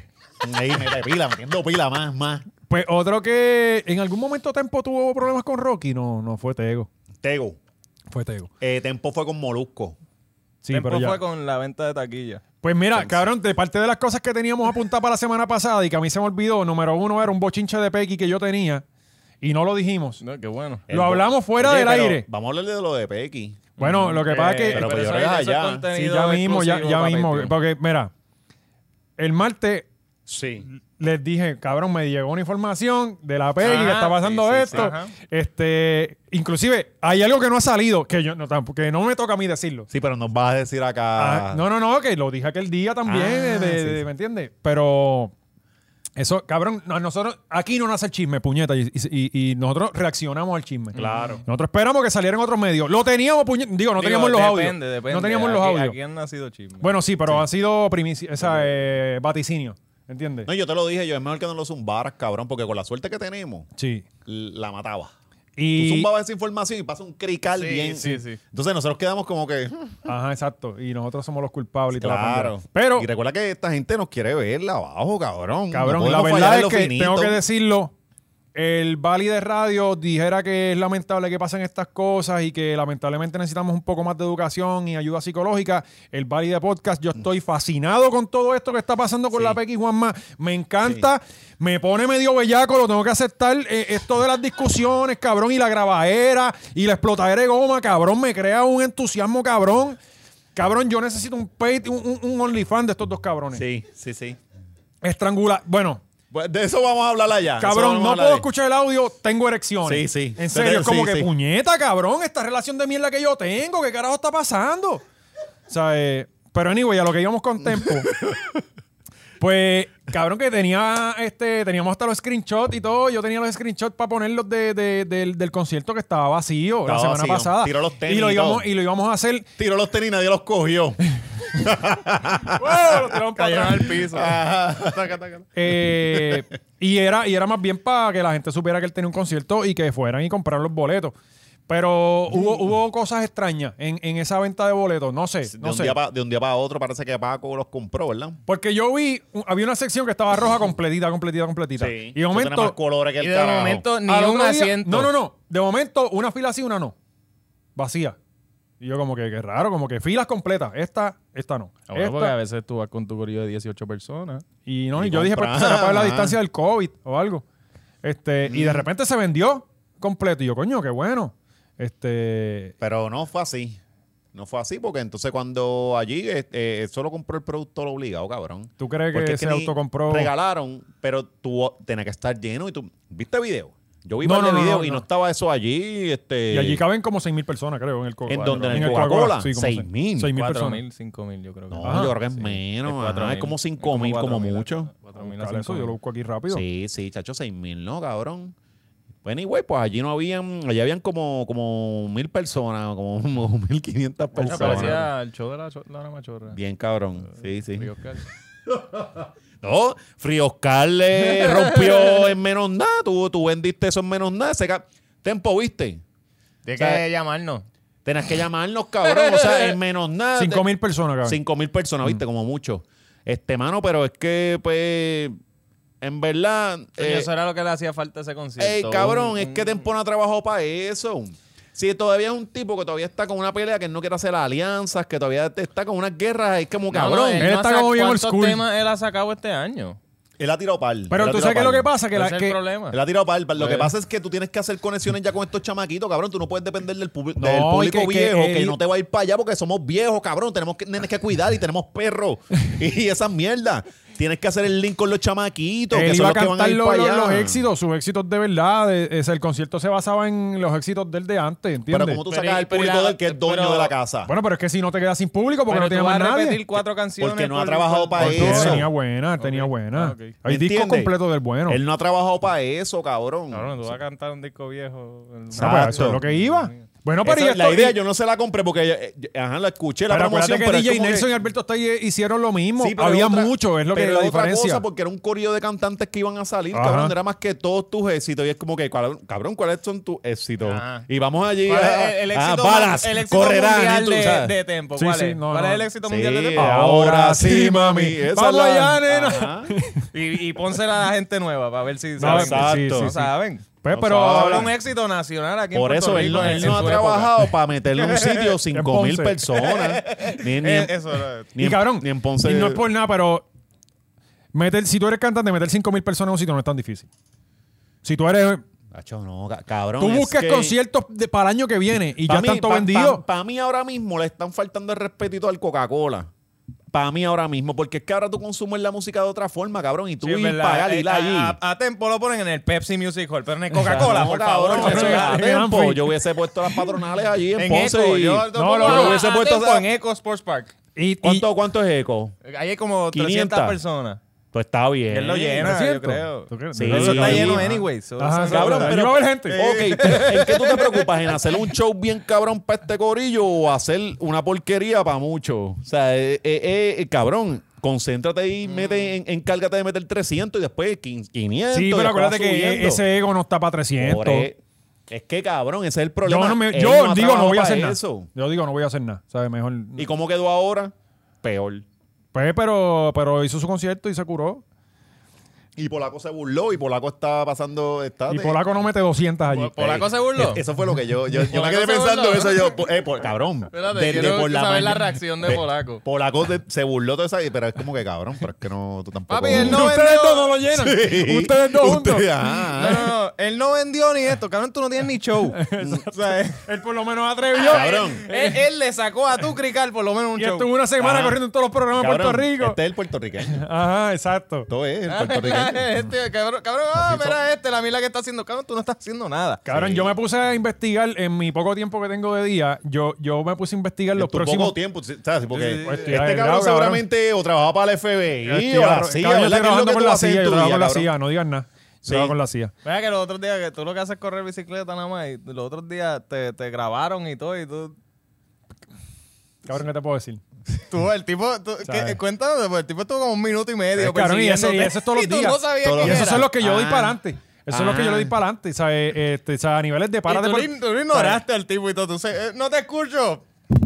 Ahí mete pila, metiendo pila más, más.
Pues otro que en algún momento Tempo tuvo problemas con Rocky, no, no fue Tego.
Tego.
Fue Tego.
Eh, Tempo fue con Molusco.
Sí,
Tempo
pero ya.
fue con la venta de taquilla.
Pues mira, cabrón, de parte de las cosas que teníamos apuntadas para la semana pasada y que a mí se me olvidó, número uno era un bochinche de Pequi que yo tenía y no lo dijimos.
No, qué bueno.
Lo hablamos fuera
Oye,
del
pero
aire.
Vamos a hablarle de lo de Pequi.
Bueno, lo que pasa
Eh,
es que...
pero pues yo creo que allá.
sí, ya mismo, ya, ya mismo. Porque mira, el martes
Sí.
les dije, cabrón, me llegó una información de la peli que
Ajá,
está pasando
Ah, sí, sí, sí,
esto.
ajá.
este, inclusive, hay algo que no ha salido, que yo no tampoco, que no me toca a mí decirlo.
Sí, pero nos vas a decir acá.
Ah, no, no, no, que lo dije aquel día también,
Ah,
de- de-
sí,
de-
sí.
¿me entiendes? Pero eso, cabrón, a nosotros aquí no nace el chisme, puñeta, y, y- y nosotros reaccionamos al chisme. Claro. Nosotros esperamos que salieran otros medios. Lo teníamos, puñeta, digo, no teníamos los audios. No teníamos los audios.
Aquí han nacido chismes.
Bueno, sí, pero ha sido primici esa, eh, vaticinio, ¿entiendes?
No, yo te lo dije, yo es mejor que no lo zumbaras, cabrón, porque con la suerte que tenemos,
Sí.
la mataba. Tú
Y,
zumbabas esa información y pasa un crical
Sí,
bien.
sí, sí.
Entonces nosotros quedamos como que.
Ajá, exacto. Y nosotros somos los culpables y toda la
Claro.
pandemia. Pero,
Y recuerda que esta gente nos quiere verla abajo, cabrón.
cabrón,
No
la
podemos fallar
verdad
en
es
pues, lo
que
finito.
tengo que decirlo. El Bali de Radio dijera que es lamentable que pasen estas cosas y que lamentablemente necesitamos un poco más de educación y ayuda psicológica. El Bali de Podcast, yo estoy fascinado con todo esto que está pasando con la Pequi Juanma. Me encanta, me pone medio bellaco, lo tengo que aceptar. Eh, esto de las discusiones, cabrón, y la grabadera y la explotadera de goma, cabrón, me crea un entusiasmo, cabrón. Cabrón, yo necesito un pay, un, un- un OnlyFans de estos dos cabrones.
Sí, sí, sí.
Estrangula. Bueno,
Pues de eso vamos a hablar allá. Eso
cabrón,
vamos a
no
hablar
puedo
ahí.
escuchar el audio, tengo erecciones.
Sí, sí.
En serio, es como
Sí,
que
sí.
puñeta, cabrón, esta relación de mierda que yo tengo, ¿qué carajo está pasando? O sea, eh, pero anyway, a lo que íbamos con Tempo. Pues, cabrón, que tenía este, teníamos hasta los screenshots y todo. Yo tenía los screenshots para ponerlos de- de- del, del concierto que estaba vacío la
Estaba
semana
vacío.
pasada.
Tiró los tenis
y lo
y
íbamos,
todo.
y lo íbamos a hacer.
Tiró los tenis, nadie los cogió.
¡Wow! Lo tiraron para atrás.
al piso.
Ah,
Eh, y, era, y era más bien para que la gente supiera que él tenía un concierto y que fueran y compraran los boletos. Pero hubo, hubo cosas extrañas en, en esa venta de boletos. No sé,
De,
no
un
sé.
día pa- de un día para otro parece que Paco los compró, ¿verdad?
Porque yo vi, un- había una sección que estaba roja completita, completita, completita. Y de
Eso tiene más
momento...
colores que el
Y de
carajo.
momento ni
al
un
otro día-
asiento.
No, no, no. De momento, una fila sí, una no. Vacía. Y yo como que, qué raro, como que filas completas. Esta, esta no.
Ah, bueno,
Esta-
porque a veces tú vas con tu corillo de 18 personas.
Y no,
Y
y yo dije, pues
comprar,
será para la
ajá.
distancia del COVID o algo. Este, y de repente se vendió completo. Y yo, coño, qué bueno. Este.
Pero no fue así. No fue así porque entonces cuando allí eh, eh, solo compró el productor obligado, cabrón.
¿Tú crees que
Porque es
se
ni
autocompró?
Regalaron, pero tú tenés que estar lleno y tú... ¿Viste video? Yo vi
No,
un par
no,
de
no,
videos
no,
y no
no.
estaba eso allí. Este,
Y allí caben como 6.000 personas, creo, en el Coca-Cola.
¿En dónde? ¿En el Coca-Cola?
Sí, como
6.000.
6.000
4
personas.
mil, 5 mil, yo creo. que.
No,
Ajá,
yo creo que es
sí.
menos.
Es cuatro
ajá, es
mil.
como 5
como
mil,
cuatro
como
mil,
mucho.
cuatro mil a
Buscar eso,
cinco
yo
mil.
lo busco aquí rápido.
Sí, sí, chacho, 6 mil, ¿no, cabrón? Bueno, y güey, pues allí no habían, allá habían como, como mil personas, como, como 1500
Me
personas.
parecía el show de la, cho- la Hora Machorra.
Bien, cabrón. Sí, sí.
Río Oscar.
No, Frioscar le rompió en menos nada. Tú, tú vendiste eso en menos nada. Ese ca- Tempo, ¿viste?
Tienes
O sea,
que llamarnos.
Tenías que llamarnos, cabrón. O sea, en menos nada.
5.000 personas caben.
5 mil personas, ¿viste? Como mucho. Este, mano, pero es que, pues, en verdad...
Coño,
eh,
eso era lo que le hacía falta a ese concierto.
Ey, cabrón,
Un-
es que
un-
Tempo no ha trabajado para eso. Si todavía es un tipo que todavía está con una pelea que no quiere hacer alianzas, que todavía te- está con unas guerras, es como
No, no, eh.
cabrón.
Él
él no
está
sabe
como bien old
¿Cuántos
school.
temas él ha sacado este año?
Él ha tirado par.
Pero tú sabes que lo que pasa, que
Ese
la-
es el
que-
problema.
Él ha tirado par. Lo que
Pues-
pasa es que tú tienes que hacer conexiones ya con estos chamaquitos, cabrón. Tú no puedes depender del, publi-
No,
del
y
público
que- que
viejo que,
él-
no te va a ir para allá porque somos viejos, cabrón. Tenemos que, nenes que cuidar y tenemos perros y esas mierdas. Tienes que hacer el link con los chamaquitos, que
Él
son
iba a
los que van
cantar
a ir
los,
para
los-
allá.
los éxitos, sus éxitos de verdad. de- es- el concierto se basaba en los éxitos del de antes,
Pero
¿entiendes?
como tú
Pero-
sacas al
pero-
público del que es dueño
pero-
de la casa.
Bueno, pero es que si no te quedas sin público porque
Pero
no tiene
tú vas
más
a
nadie.
repetir cuatro canciones.
Porque no ha
por-
trabajado
por-
para
por-
No,
eso.
tenía buena, tenía buena.
Ah, ok.
Hay disco
¿Entiendes?
completo del bueno. Ah,
Él no ha trabajado para eso, cabrón.
Cabrón, tú vas a cantar un disco viejo. el-
No, pues, eso
Exacto.
es lo que iba. Bueno, pero
Esa-
y esto,
la idea
y-
yo no se la compré porque eh, yo- ajá, la escuché la
pero acuérdate
promoción,
que
pero es
DJ
como que-
Nelson y Alberto Stay hicieron lo mismo.
Sí, pero
Había
otra-
mucho, es lo que
pero
la
otra
diferencia.
cosa, porque era un corrido de cantantes que iban a salir,
Ajá.
cabrón, era más que todos tus éxitos y es como que cuál- cabrón, ¿cuáles son tus éxitos?
Ajá.
Y vamos allí
Ah. ¿Cuál
a-
es el, el
a
éxito, mu-
ah, balas,
el éxito
correrán,
mundial
y tú,
de,
¿sabes?
de Tempo?
Sí,
¿Cuál,
sí,
es?
no,
¿Cuál
no.
es el éxito
Sí,
mundial de Tempo?
ahora sí, mami. Esa
Vamos
es la-
allá, nena.
Ajá.
Y, y pónsela a la gente nueva para ver si
No,
saben.
exacto.
No
sí, sí.
saben.
Pues,
No
pero
sabe.
Fue un éxito nacional aquí
Por
en
eso
Puerto
él
Rico.
no, él
en- en
no ha
su época.
trabajado para meterle en un sitio 5 mil
Ponce.
personas. Ni, ni en-
Eh, Eso era.
ni
y
en-
cabrón,
ni en Ponce.
y no es por nada, pero meter, si tú eres cantante, meter 5.000 personas en un sitio no es tan difícil. Si tú eres...
Acho, no, ca- cabrón.
Tú
es
buscas
que-
conciertos de- para el año que viene y ya
Pa' mí-
están
pa-
todos
pa-
vendidos.
Para mí ahora mismo le están faltando el respetito al Coca-Cola. Para mí ahora mismo, porque es que ahora tú consumes la música de otra forma, cabrón, y tú
Sí, es
ir
verdad.
pagar
Eh,
ir allí.
A, a- a Tempo lo ponen en el Pepsi Music Hall, pero en el Coca-Cola,
No,
por
cabrón,
favor.
eso
en-
es a
en
tiempo.
Anfield.
Yo hubiese puesto las patronales allí en,
En
Ponce.
Eco,
y-
yo,
No,
no,
no,
yo
no,
hubiese
a
puesto
Tempo
esa-
en Eco Sports Park.
Y, y-
¿Cuánto, ¿Cuánto es eco?
Ahí hay como
500.
300 personas.
Pues está bien.
Él lo llena, yo creo.
¿Tú crees?
Sí.
Eso está
Ahí.
lleno
Ajá.
anyway. so-
Ajá,
eso-
cabrón,
pero- eh,
pero va a haber gente.
Ok, pero ¿en qué tú te preocupas? ¿En hacer un show bien cabrón para este corillo o hacer una porquería para muchos? O sea, eh, eh, eh, cabrón, concéntrate y mete, en- encárgate de meter 300 y después 500.
Sí, pero acuérdate que ese ego no está para 300.
Pobre- e, Es que cabrón, ese es el problema.
Yo, no me-
Él
yo
ha
digo, no
trabajado
voy a
para
hacer nada.
eso.
Yo digo, no voy a hacer nada. ¿Sabes? Mejor.
¿Y cómo quedó ahora? Peor.
Pues, pero, pero hizo su concierto y se curó.
Y Polaco se burló y Polaco está pasando. Está
Y
de-
Polaco no mete 200 allí.
Pol- Polaco se burló.
Eso fue lo que yo. Yo, yo me
Polaco
quedé
se
pensando
burló.
eso. Yo, po- eh, po- cabrón.
Espérate,
desde
quiero saber la
maña-
reacción de
Ve,
Polaco.
Polaco de- se burló todo eso, ahí, pero es como que cabrón, pero es que no, tú tampoco.
Papi, él no
Ustedes
vendió.
dos no lo llenan.
Sí.
Ustedes dos juntos.
Ustedes- ah,
No, no, no. Él no vendió ni esto. Cabrón, tú no tienes ni show. O sea, él,
Él por lo menos atrevió.
Cabrón.
él- él le sacó a tu crical por lo menos un
Y
show.
estuvo una semana
Ajá.
corriendo en todos los programas de Puerto
Cabrón,
Rico.
Este es el puertorriqueño.
Ajá, exacto.
Todo es el puertorriqueño.
este, cabrón, cabrón, ah, mira este, la mila que está haciendo. Cabrón, tú no estás haciendo nada.
Cabrón, yo me puse a investigar en mi poco tiempo que tengo de día. Yo, yo me puse a investigar los
tu
próximos.
poco tiempo, ¿sabes? Porque
sí, sí. Pues,
este
ya,
cabrón
ya, cabrón.
seguramente o trabajaba para el FBI
Estoy
o la
ahora-
CIA,
cabrón, yo
¿verdad?
estoy
¿Qué es lo
trabajando
que
por
tú
la
haces en
CIA.
tu
Yo trabajo
día,
con la
cabrón?
CIA, no digan nada.
Sí.
Trabajo con la CIA.
Mira que los otros días que tú lo que haces es correr bicicleta nada más y los otros días te, te grabaron y todo y tú...
Cabrón, ¿qué te puedo decir?
Tú, el tipo... Tú,
¿Sabes?
que- cuéntanos, pues, el tipo estuvo como un minuto y medio
Eh, cabrón, y ese-
persiguiéndote.
y ese es todos los
tú
días.
no sabías
Todos
Y
quién
los-
esos
era.
son los que yo doy
Ah.
para adelante. Eso es lo que yo le di
Ah.
para adelante. ¿sabes? Este, o sea, a niveles de
Y
para de
tú,
por-
le- tú le ignoraste al tipo y todo. Tú se- eh, no te escucho.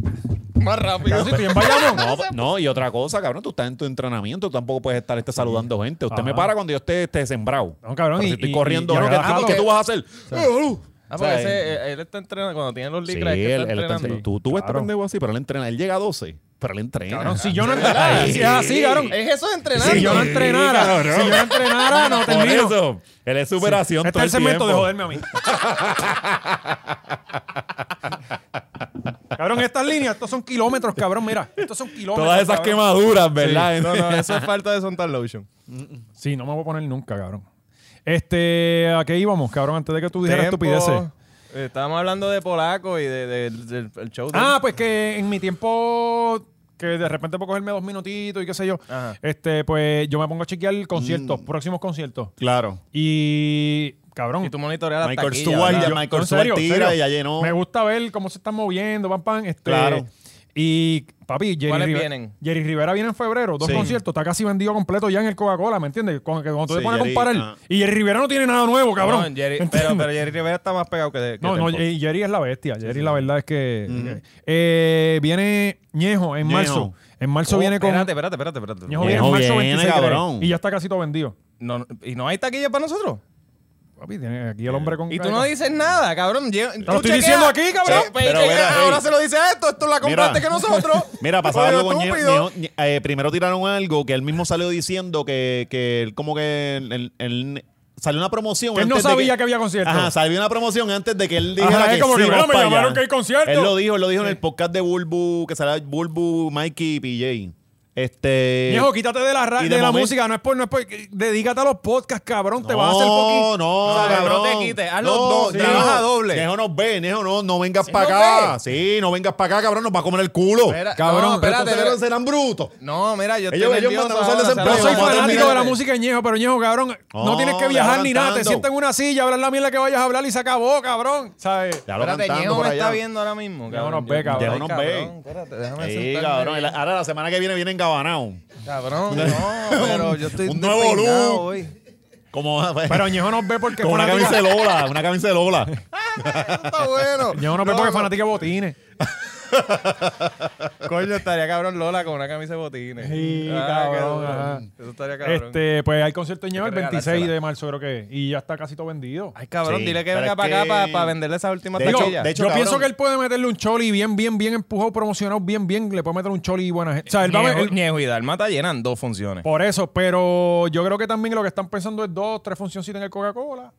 Más rápido.
Cabrón, si estoy en Bayamón.
No, pues, no, y otra cosa, cabrón, tú estás en tu entrenamiento, tú tampoco puedes estar este, saludando gente. Usted
Ajá.
me para cuando yo esté, esté sembrado.
No, cabrón,
Pero
y-
si estoy
y-
corriendo,
y- y
¿no? ¿Qué,
agarrado.
ah, ¿qué tú vas a hacer?
Ah,
O sea,
porque ese, eh, él está entrenando. Cuando tiene los
Sí,
licras, es que
él, él
está
está
entrenando.
entrenando. Tú, tú ves este
Claro.
pendejo así, pero él entrena. Él llega a 12, pero él entrena.
este Cabrón, si yo no entrenara, si es así, cabrón.
Es eso de entrenar.
Si yo no entrenara, si yo no entrenara, no
Por
termino.
eso, él es superación
Este
todo
es el segmento de
tiempo.
joderme a mí. cabrón, estas líneas, estos son kilómetros, cabrón. Mira, estos son kilómetros.
Todas esas
cabrón.
quemaduras, ¿verdad?
No, no, eso es falta de Sontar Lotion.
Sí, no me voy a poner nunca, cabrón. Este, ¿a qué íbamos, cabrón? Antes de que tú dijeras
Tempo.
estupideces.
Eh, Estábamos hablando de polaco y de- de- del del show. de-
Ah, pues que en mi tiempo que de repente puedo cogerme dos minutitos y qué sé yo,
Ajá.
este, pues yo me pongo a chequear
Mm.
conciertos, próximos conciertos.
Claro.
Y cabrón.
Y tú monitoreas la
Michael
taquilla,
Stewart,
¿verdad?
ya
Yo-
Michael
en serio,
Stewart
en
tira
serio.
y ya llenó.
Me gusta ver cómo se están moviendo, pam, pam. Este,
Claro.
Y, papi, Jerry,
¿Cuáles
Rive-
vienen?
Jerry Rivera viene en febrero, dos
Sí.
conciertos, está casi vendido completo ya en el Coca-Cola, ¿me entiendes? Cuando, que cuando tú
Sí,
te pones
Jerry,
a comparar.
ah.
Y Jerry Rivera no tiene nada nuevo, cabrón.
No, Jerry-
¿me
pero,
entiendes?
pero Jerry Rivera está más pegado que. de- que
No, no,
Tempo.
y Jerry es la bestia. Jerry, la verdad es que. Eh, viene Ñejo en
Ñejo.
marzo. En marzo
Oh,
viene con.
Espérate, espérate, espérate. espérate.
Ñejo,
Ñejo
viene en marzo
viene,
26 creo,
cabrón.
Y ya está casi todo vendido.
No, no, ¿Y no hay taquilla para nosotros?
Papi, tiene aquí el hombre con.
Y tú no dices nada, cabrón. Yo- tú
estoy
chequeas-
diciendo aquí, cabrón.
Pero,
Pero,
chequea,
mira,
ahora
hey.
se lo dice a esto, esto la compraste que nosotros.
Mira, pasaba algo con
Oye,
Ñejo.
estúpido.
Ñejo- Ñe- eh, primero tiraron algo que él mismo salió diciendo que, que él como que él- él- salió una promoción.
Que él no
antes de
sabía que había concierto.
Ajá, salió una promoción antes de que él dijera
Ajá, es
que
como
sí,
que, "Mira,
vamos
me
para
llamaron
allá".
que hay concierto.
Él lo dijo, él lo dijo en el podcast de Bulbu, que sale Bulbu, Mikey y PJ. Este...
Ñejo, quítate de la, ra-
y
de
de
la
momento-
música, no es por, no es por- Dedícate a los podcasts, cabrón. te vas a hacer poquito.
No, no,
No,
cabrón.
no te quites, haz los dos, trabaja doble.
Nejo nos ve, Nejo, no, no vengas
nos
para acá. Sí, no vengas para acá, cabrón, nos va a comer el culo.
Espera,
cabrón,
no, espérate,
estos ceros
espera.
serán brutos.
No, mira, yo estoy
Ellos- ellos
nervioso
mandaron
ahora,
al desempleo.
Yo soy
¿sabes?
Vamos a
fanático
terminar.
de la música de Ñejo, pero Ñejo, cabrón, no,
No,
tienes que
ya
viajar
van
ni nada. Te
andando.
sientas en una silla, hablas la mierda que vayas a hablar y se acabó, cabrón. ¿Sabes?
Ya lo
Espérate,
cantando
Ñejo
por
me
allá.
está viendo ahora mismo. cabrón.
nos ve,
Yo-
cabrón.
Ay,
Ñejo nos ve.
cabrón, Espérate, déjame
Sí,
sentarme
cabrón.
bien.
y la- Ahora la semana que viene vienen gabanao.
Cabrón, no, pero yo estoy
un nuevo
despeinado
look.
hoy.
Como, pues,
Pero Ñejo nos ve porque es
como una
fanático-
camisa de Lola, una camisa de Lola.
Eso está bueno.
Ñejo nos ve porque es fanático de botines.
Coño, estaría cabrón Lola con una camisa de botines.
Sí,
Ah,
cabrón, ajá.
Eso estaría cabrón.
Este, pues hay concierto de Ñejo
Hay
el
que
26
regalársela.
de marzo, creo que. Y ya está casi todo vendido.
Ay, cabrón,
Sí,
dile que
pero
venga
es
para acá
que-
para venderle esas últimas
De hecho,
taquillas.
de hecho,
yo
cabrón.
pienso que él puede meterle un choli bien, bien, bien empujado, promocionado, bien, bien. Le puede meter un choli y buena gente. O sea, él va a
Ñejo,
él-
Ñejo y Dalmata llenan dos funciones.
Por eso, pero yo creo que también lo que están pensando es dos, tres funcioncitas en el Coca-Cola.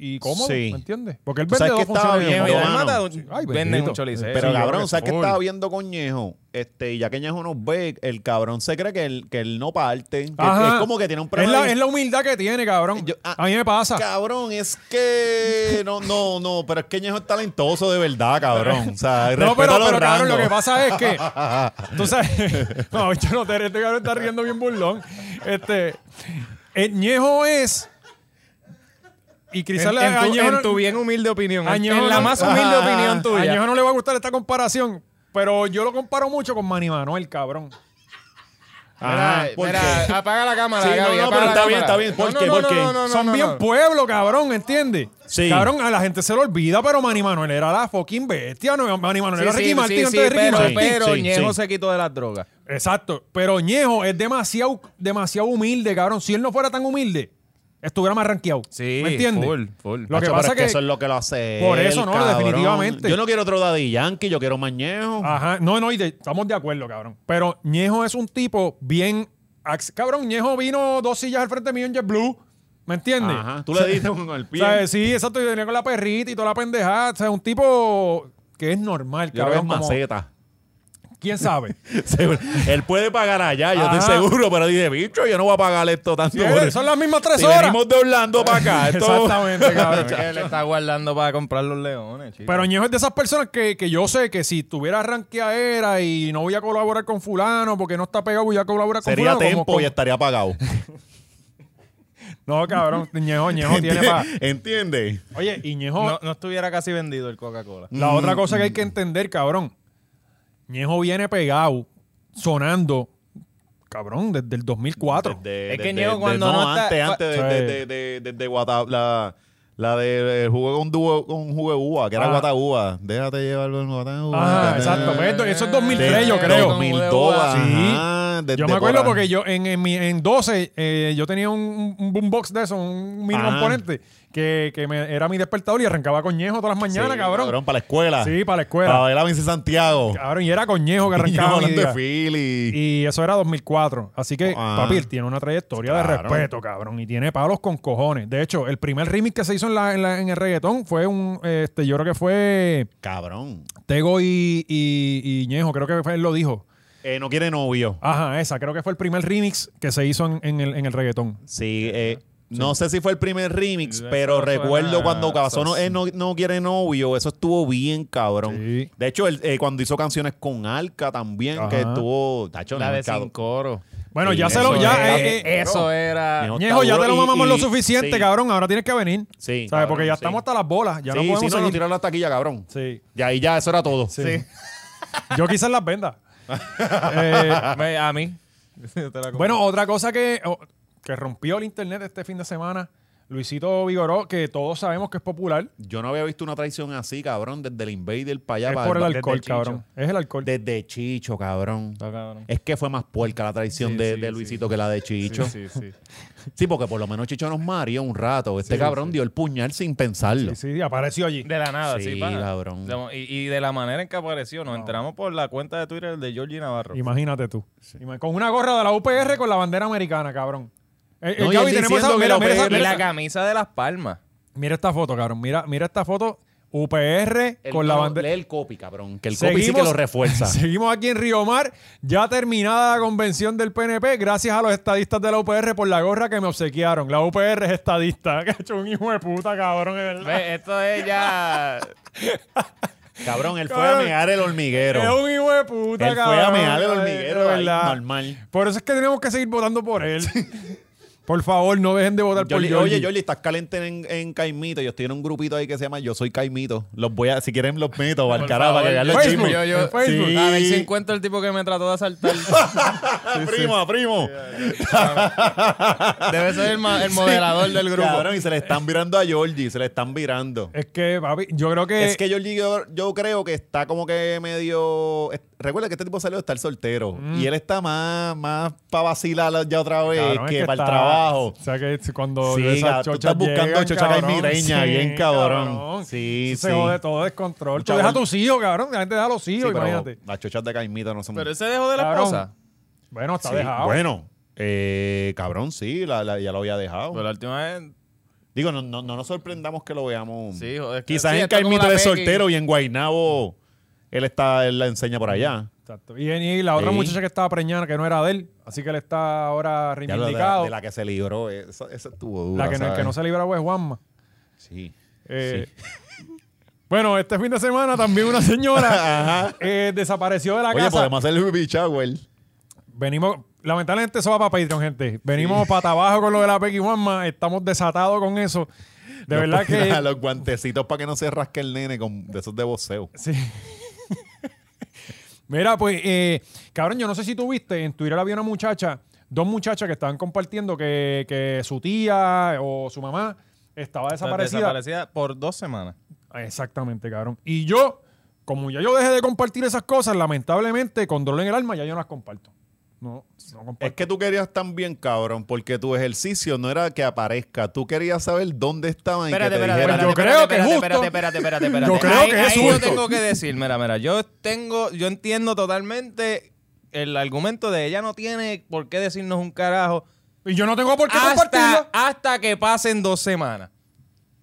Y cómodo,
Sí.
¿me entiendes? Porque él
Tú
vende dos
sabes que estaba
funciones.
bien,
Ñejo y
Romano.
Dalmata
Ay,
venden
bendito.
un choliseo.
Eh,
Pero
Sí, yo creo
cabrón,
que
¿sabes qué
full.
estaba viendo con Ñejo? Este, y ya que Ñejo nos ve, el cabrón se cree que él, que él no parte. que
Ajá.
es como que tiene un
es
problema.
la, es la humildad que tiene, cabrón.
Yo- ah,
a mí me pasa.
Cabrón, es que. No, no, no. Pero es que Ñejo es talentoso de verdad, cabrón. O sea,
No, pero,
respétalo
pero cabrón,
honrando.
lo que pasa es que. Tú sabes. No, bicho, no te este cabrón está riendo bien burlón. Este. El Ñejo es. Y quizás
en,
le- a
en tu,
Ñejo no-
en tu bien humilde opinión.
a
en-
Ñejo
en la
no-
más humilde
Ajá.
opinión
A Ñejo
tuya.
no le va a gustar esta comparación, pero yo lo comparo mucho con Manny Manuel, cabrón.
Ajá, ¿por
Mira,
qué?
apaga la cámara,
Sí, no,
Gaby,
no,
apaga
pero
la
está bien,
cámara.
está bien. ¿Por
No,
qué?
no,
¿Por
no,
qué?
no, no, no,
Son
no,
bien
no.
pueblo, cabrón, ¿entiendes?
Sí.
Cabrón, a la gente se lo olvida, pero Manny Manuel era la fucking bestia. No, Manny Manuel era
Sí,
Ricky
sí,
Martin
sí,
antes de Ricky
pero,
Martin.
pero
Sí, sí.
Ñejo se quitó de las drogas.
Exacto. Pero Ñejo es demasiado, demasiado humilde, cabrón. Si él no fuera tan humilde, estuviera más rankeado.
Sí,
¿Me entiendes?
full, full.
Lo que
Pero
pasa
es que
que...
eso es lo que lo hace.
Por eso
él,
no,
cabrón.
definitivamente. Ah,
Yo no quiero otro Daddy Yankee, yo quiero más Ñejo.
Ajá. No, no, y de- estamos de acuerdo, cabrón. Pero Ñejo es un tipo bien... ax- Cabrón, Ñejo vino dos sillas al frente mío en JetBlue. ¿Me entiendes?
Ajá. Tú le diste con el
O
pie.
sea, sí, exacto. Y venía con la perrita y toda la pendejada. O sea, un tipo que es normal,
Yo creo que es
cabrón. como-
maceta.
¿Quién sabe?
Seguro. Él puede pagar allá, yo
Ajá.
estoy seguro, pero dije, bicho, yo no voy a pagar esto tanto.
Sí,
por-
Eh, son las mismas tres
si
horas.
venimos de Orlando para acá. Esto...
Exactamente, cabrón.
Es que le está guardando para comprar los leones, chico.
Pero Ñejo es de esas personas que, que yo sé que si tuviera ranqueadera y no voy a colaborar con fulano porque no está pegado, voy a colaborar con
Sería
fulano. como-
tempo
como-
y estaría pagado.
No, cabrón, Ñejo, Ñejo tiene pa...
¿Entiendes?
Oye, y Ñejo,
no, no estuviera casi vendido el Coca-Cola.
la
Mm.
otra cosa que hay que entender, cabrón, Ñejo viene pegado, sonando, cabrón, desde el 2004.
Desde-
Es que
desde-
Ñejo
desde-
cuando no está-
antes, antes,
cua-
desde
Sí.
de, de, de- de Guata- la, la de eh, jugo con, dúo- con jugo de uva, que era
Ah.
guata uva. Déjate llevarlo en guata uva.
Ah, exacto. pues esto- eso es 2003, yo
Desde
creo.
2002,
Sí.
ajá, desde
Yo me acuerdo
por
porque
ahí.
yo en, en, mi, en 12 eh, yo tenía un, un boombox de eso, un mini
Ajá.
componente, que, que me- era mi despertador y arrancaba coñejo todas las mañanas,
Sí,
cabrón.
para la escuela.
Sí, para la escuela.
Para ver a Vince Santiago.
Cabrón, y era coñejo que
Ñejo
arrancaba mi
hablando de
día.
Philly.
Y eso era 2004. Así que,
Ah.
papi, él tiene una trayectoria de
Claro.
respeto, cabrón. Y tiene palos con cojones. De hecho, el primer remix que se hizo en, la, en, la- en el reggaetón fue un, este, yo creo que fue
Cabrón.
Tego y, y, y Ñejo, creo que fue, él lo dijo.
Eh, no quiere novio.
Ajá, esa, creo que fue el primer remix que se hizo en, en el, en el reggaetón.
Sí, eh,
No sé si fue el primer remix,
Eso
pero
suena-
recuerdo cuando Cabazón
eso
eh, no, no quiere novio, eso estuvo bien cabrón.
Sí.
De hecho, él, eh, cuando hizo canciones con Alca también,
Ajá.
que estuvo... Tacho,
La de
Nenucado.
sin coro.
Bueno, ya
Eso
se lo. Ya,
es-
eh, eh,
Eso era.
Nenucado
Ñejo, ya te lo
y-
mamamos lo
y-
suficiente,
sí.
cabrón. Ahora tienes que venir.
Sí,
¿Sabes?
cabrón,
Porque ya
sí.
estamos hasta las bolas. Ya
sí,
no podemos
sí, no, no
seguir.
tiraron la taquilla, cabrón.
Sí.
Y ahí ya, eso era todo.
Sí. Yo quizás las venda. Eh,
Ah.
Me- A mí.
bueno, otra cosa que, o- que rompió el internet este fin de semana, Luisito Vigoró, que todos sabemos que es popular,
Yo no había visto una traición así, cabrón, desde el Invader para allá.
es
para-
por el
desde
alcohol,
Chicho.
cabrón. Es el alcohol.
Desde Chicho, cabrón.
Ah,
cabrón.
Es que fue más puerca la traición de, de Luisito que la de Chicho. Sí,
Sí, sí.
porque por lo menos Chicho nos maría un rato. Este cabrón dio el puñal sin pensarlo.
Sí, sí, apareció allí.
De la nada, sí,
Sí,
pana.
cabrón.
De- Y, y de la manera en que apareció, nos enteramos por la cuenta de Twitter de Georgie Navarro.
Imagínate tú. Ima- Con una gorra de la UPR con la bandera americana, cabrón. Eh, eh,
No, y
Gaby,
él
tenemos
diciendo
esa-
que
mira,
la
mira esa-
UPR
Y
mira
la
esa-
camisa de las palmas.
mira esta foto, cabrón. Mira, mira esta foto. UPR
Él
con la
no
bandera.
Lee el copy, cabrón. Que el copy sí que lo refuerza.
Seguimos aquí en Río Mar, ya terminada la convención del PNP, gracias a los estadistas de la UPR por la gorra que me obsequiaron. La UPR es estadista, cacho, un hijo de puta, cabrón, de verdad.
Ve, Esto es ya.
Cabrón, él fue
Cabrón.
a mear el hormiguero.
Es un hijo de puta,
Él fue
cabrón.
a mear el
de
hormiguero ahí,
verdad.
normal.
Por eso es que tenemos que seguir votando por él. por favor, no dejen de votar por
Yoli,
Georgie.
oye, Yoli, estás caliente en, en Caimito. Yo estoy en un grupito ahí que se llama Yo Soy Caimito. Los voy a, si quieren, los meto al carajo para que vean los
Facebook,
chismes.
Yo, yo-
en Facebook.
Sí.
A ver si encuentro el tipo que me trató de asaltar.
primo, primo.
Debe ser el, ma- el moderador del grupo.
Cabrón, y se le están virando a Georgie, se le están virando.
Es que, papi, yo creo que...
es que Georgie, yo, yo creo que está como que medio. es- Recuerda que este tipo salió de estar soltero. Y él está más, más para vacilar ya otra vez
Mm. cabrón, es
que, para el
está-
trabajo.
O sea que si cuando
Sí,
esas
cabrón, tú
chochas
estás buscando
llegan,
chocha
cabrón,
caipireña, bien cabrón. Sí,
Eso Se
sí.
jode todo descontrol. Tú
Mucha
deja a
bol-
tus hijos, cabrón. La gente deja a los
Sí,
hijos,
pero
imagínate.
las chochas de Caimito no son.
Pero ese dejó de la
Cabrón.
esposa.
Bueno, está
Sí,
dejado.
Bueno, eh, cabrón, sí, la- la- ya lo había dejado.
Pero la última vez.
Digo, no, no, no nos sorprendamos que lo veamos.
Sí, joder, es que-
Quizás
sí,
en
está como
Caimito
la
es
Becky.
soltero y en Guainabo él está, él la enseña por allá.
Exacto. Y, y la otra
Sí.
muchacha que estaba preñada, que no era de él, así que él está ahora
Ya lo de,
reivindicado.
la, de la que se libró, esa, esa estuvo dura.
La que, no, el
¿sabes?
que no se libraba es Juanma.
Sí.
Eh, Bueno, este fin de semana también una señora eh, desapareció de la
Oye,
casa.
podemos hacer el beach hour.
Venimos, lamentablemente eso va para Patreon, gente. Venimos para abajo con lo de la Pequi Juanma, estamos desatados con eso. De
Nos
verdad
ponen a
que.
Los guantecitos para que no se rasque el nene con, de esos de voceo.
Sí. Mira, pues, eh, cabrón, yo no sé si tú viste, en Twitter había una muchacha, dos muchachas que estaban compartiendo que, que su tía o su mamá estaba desaparecida.
Desaparecida por dos semanas.
Exactamente, cabrón. Y yo, como ya yo dejé de compartir esas cosas, lamentablemente, con dolor en el alma, ya yo no las comparto. No, no comparto.
Es que tú querías también, cabrón, porque tu ejercicio no era que aparezca. Tú querías saber dónde estaban y que
Espérate,
te
espérate,
dijeran.
espérate,
Yo creo que es
espérate,
justo.
espérate, espérate, espérate, espérate.
Yo creo
Ahí-
que es
ahí yo
justo.
tengo que decir, mira, mira, yo tengo, yo entiendo totalmente el argumento de ella no tiene por qué decirnos un carajo
y yo no tengo por qué compartirlo.
hasta, hasta que pasen dos semanas.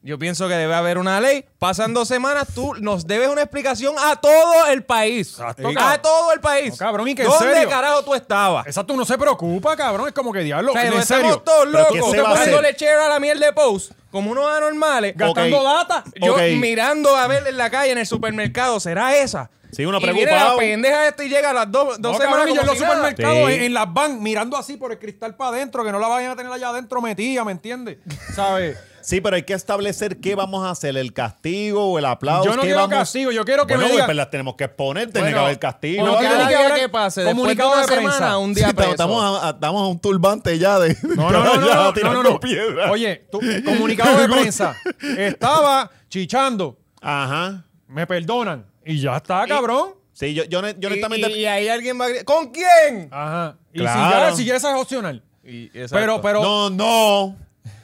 Yo pienso que debe haber una ley. Pasan dos semanas, tú nos debes una explicación a todo el país.
Exacto,
a
cabrón.
todo el país.
No, cabrón, y que en
¿Dónde
serio.
carajo tú estabas?
Exacto, uno se preocupa, cabrón. Es como que diablo.
O sea,
en
nos
serio.
estamos todos
¿Pero qué
locos
se va a hacer?
dándole share a la mierda de post como unos anormales.
Gastando
Ok.
data.
Yo
Ok.
mirando a ver en la calle, en el supermercado, ¿será esa?
Sí, uno
y viene
preocupado.
la pendeja esta y llega a las dos, dos
No,
semanas
cabrón, y yo en
como
los
si nada.
supermercados,
Sí.
en, en las van, mirando así por el cristal para adentro, que no la vayan a tener allá adentro metida, ¿me entiendes? ¿Sabes?
Sí, pero hay que establecer qué vamos a hacer, el castigo o el aplauso.
Yo no
qué
quiero
Ah, vamos-
castigo, yo quiero que
bueno,
me
pues,
digan-
pues las tenemos que exponer, tiene
Bueno,
que haber castigo.
no
Cada
tiene
día
que haber
que pase, después de
comunicado
una
de prensa.
semana, un
Sí,
día
pero
preso.
estamos a, a- estamos a un turbante ya de.
No, no, no, no,
ya
no, no,
tirando
no, no.
piedras.
Oye, tú, comunicado de prensa. Estaba chichando.
Ajá.
Me perdonan. Y ya está, cabrón.
Sí, yo, yo, ne- yo
Y,
honestamente.
y- y ahí alguien va a gritar, ¿con quién?
Ajá. Y si,
Claro.
ya, si ya esa es opcional.
Y-
Pero,
exacto.
pero.
No, no.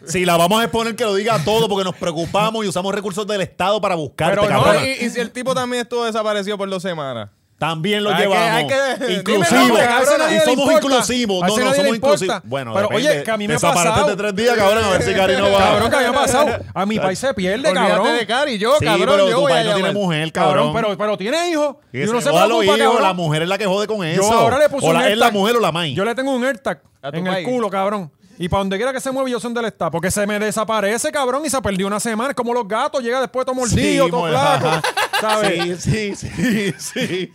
Si la vamos a exponer, que lo diga todo, porque nos preocupamos y usamos recursos del Estado para buscarte,
Pero no,
cabrona.
No, y, y si el tipo también estuvo desaparecido por dos semanas.
También lo
Hay que-
llevamos.
hay que-
inclusivos.
Dime el nombre,
cabrón, a nadie
y
le
somos
importa.
inclusivos.
A
No,
ese
no,
nadie le
somos
importa.
inclusivos. Bueno,
Pero,
depende.
oye, que a mí me ha
Desaparecete
pasado.
tres días, cabrón, a ver si Karina va.
Cabrón, que había pasado. A mi país se pierde, cabrón.
de Cari, yo,
Sí,
cabrón,
pero
yo
tu
voy
país
a
no tiene
llamar.
mujer,
Cabrón,
cabrón.
pero, pero tiene hijos.
Y
Y uno
se
se
joda los
preocupa,
hijos,
cabrón.
la mujer es la que jode con eso.
Yo ahora le puse
o
un
la, es la
hashtag.
mujer o la main.
Yo le tengo un AirTag
A tu
en el
país.
culo, cabrón. Y para donde quiera que se mueva, yo sé dónde él está. Porque se me desaparece, cabrón, y se perdió una semana. Es como los gatos, llega después todo mordido, todo
mol-
flaco.
ajá.
¿Sabes?
Sí, sí, sí, sí.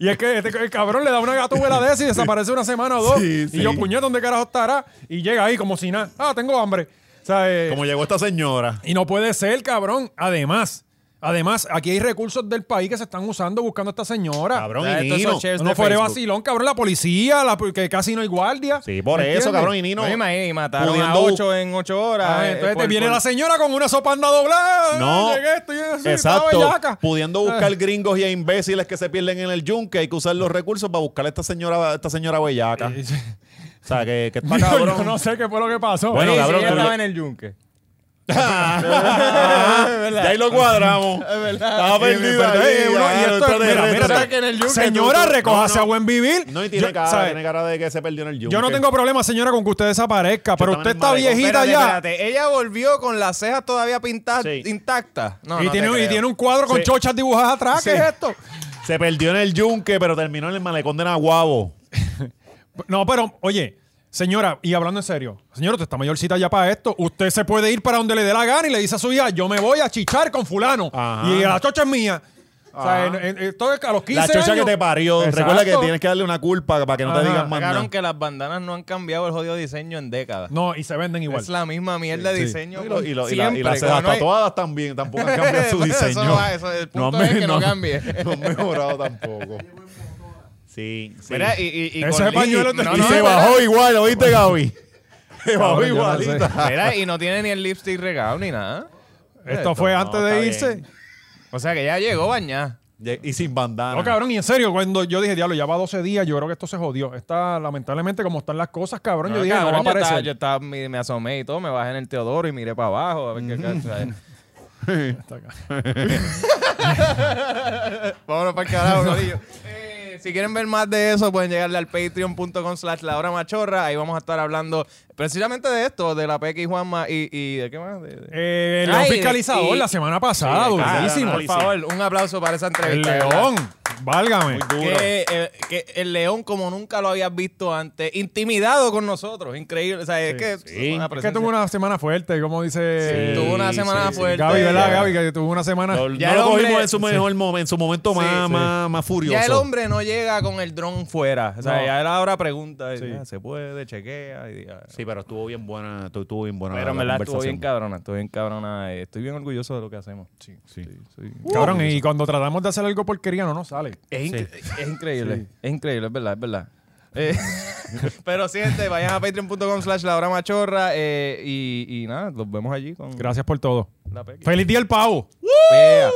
Y es que este- el cabrón le da una gatuela de esa y desaparece una semana o dos.
Sí,
Y
sí.
yo, puñet, ¿dónde carajo estará? Y llega ahí como si nada. Ah, tengo hambre. ¿Sabes?
Como llegó esta señora.
Y no puede ser, cabrón. Además, además, aquí hay recursos del país que se están usando buscando a esta señora.
Cabrón,
Ya,
y
estos
Nino.
son chefs.
No,
es
No
de
fuera
Facebook.
vacilón, cabrón, la policía, la, que casi no hay guardia.
Sí, por
¿Entiendes?
eso, cabrón, y Nino.
No, imagínate, y mataron
pudiendo
a 8 en 8 horas.
Ah,
eh,
entonces
por-
te viene
por-
la señora con una sopa anda doblada.
No.
Llegué esto, llegué eso, y estaba
Exacto.
bellaca.
Pudiendo buscar gringos y a imbéciles que se pierden en el yunque, hay que usar los recursos para buscar a esta señora, a esta señora bellaca. O sea, que, que está
Yo-
cabrón.
Yo no sé qué fue lo que pasó.
Bueno,
Sí,
Sí,
cabrón,
sí,
sí,
ella
pero-
estaba en el yunque.
Ya ahí lo cuadramos. Estaba
Sí, me
perdida.
perdí,
ahí,
eh, uno-
ya,
y esto es- mira,
extraterrestre.
mira, Señora, recójase a buen vivir.
No, y tiene,
Yo-
cara,
¿sabes?
tiene cara de que se perdió en el yunque.
Yo no tengo problema, señora, con que usted desaparezca, pero
también
usted está
me alegro.
viejita
Espérate,
ya.
espérate, Ella volvió con las cejas todavía pintadas,
Sí.
intactas. No,
y,
no
tiene,
te
un- y
creo.
tiene un cuadro con
Sí.
chochas dibujadas atrás. ¿Qué
Sí.
es esto?
Se perdió en el yunque, pero terminó en el malecón de Nahuabo.
No, pero, oye, señora, y hablando en serio, señora, usted está mayorcita ya para esto. Usted se puede ir para donde le dé la gana y le dice a su hija, yo me voy a chichar con fulano.
Ajá.
Y la chocha es mía. O sea, en- en- esto es a los 15
La chocha
años.
que te parió.
Exacto.
Recuerda que tienes que darle una culpa para que no te
Ajá,
digan más nada.
Sacaron que las bandanas no han cambiado el jodido diseño en décadas.
No, y se venden igual.
Es la misma mierda de diseño.
Y, lo- y lo- y la- y
siempre,
las cejas
como no hay-
tatuadas también tampoco han cambiado su
Eso
diseño.
no va, eso- el punto
han
es que
me-
no cambie.
No han mejorado tampoco. Sí, sí.
Mira, y, y, y
Ese
con Lili-
pañuelo te-
no,
y
no,
se
mira,
bajó igual, ¿oíste, Gaby? Se bajó
Cabrón, yo no
igualita.
mira, y no tiene ni el lipstick regado ni nada.
Esto fue
No,
antes de
está
irse.
bien.
O sea que ya llegó bañada.
Y sin bandana.
No, cabrón, y en serio, cuando yo dije, diablo, ya va 12 días, yo creo que esto se jodió. Está, lamentablemente, como están las cosas, cabrón, yo dije,
Cabrón,
no va a
yo estaba,
aparecer.
yo estaba- me, me asomé y todo, me bajé en el Teodoro y miré para abajo. A ver qué o sea, Vámonos para el carajo, corillo. Eh, Si quieren ver más de eso, pueden llegarle al patreon.com slash la hora machorra. Ahí vamos a estar hablando precisamente de esto, de la Peque y Juanma y, y de qué más. De- de-
Eh, el león
Ay,
fiscalizador
y-
la semana pasada,
Sí, claro,
Ah, durísimo.
no,
Por favor, un aplauso para esa
el
entrevista. de verdad.
león, válgame.
Que, eh, que el león, como nunca lo habías visto antes, intimidado con nosotros. Increíble. O sea, es que,
sí.
una
Es que
presencia.
tuvo una semana fuerte, como dice.
Tuvo una semana
sí, sí.
fuerte.
Gaby, ¿verdad,
Ya-
Gaby? Que tuvo una semana.
No, no
Ya el
lo
hombre-
cogimos en su mejor momento, en su momento más, más, más furioso.
Ya el hombre no llega con el dron fuera. O sea,
No.
ya él ahora pregunta. y,
Sí.
ah, se puede, chequea. Y, ah,
Sí, pero estuvo bien buena, estuvo, estuvo bien buena.
Pero
la
en verdad estuvo bien
conversación.
cabrona, estuvo bien cabrona. eh, Estoy bien orgulloso de lo que hacemos. Sí,
Sí.
Cabrón, y cuando tratamos de hacer algo porquería, no nos sale.
Es, incre- es increíble, es increíble, es verdad, es verdad. Eh, pero sí, gente, vayan a patreon.com slash la hora machorra eh, y, y nada, los vemos allí con
Gracias por todo.
la pequi.
¡Feliz día el pavo!
Pea.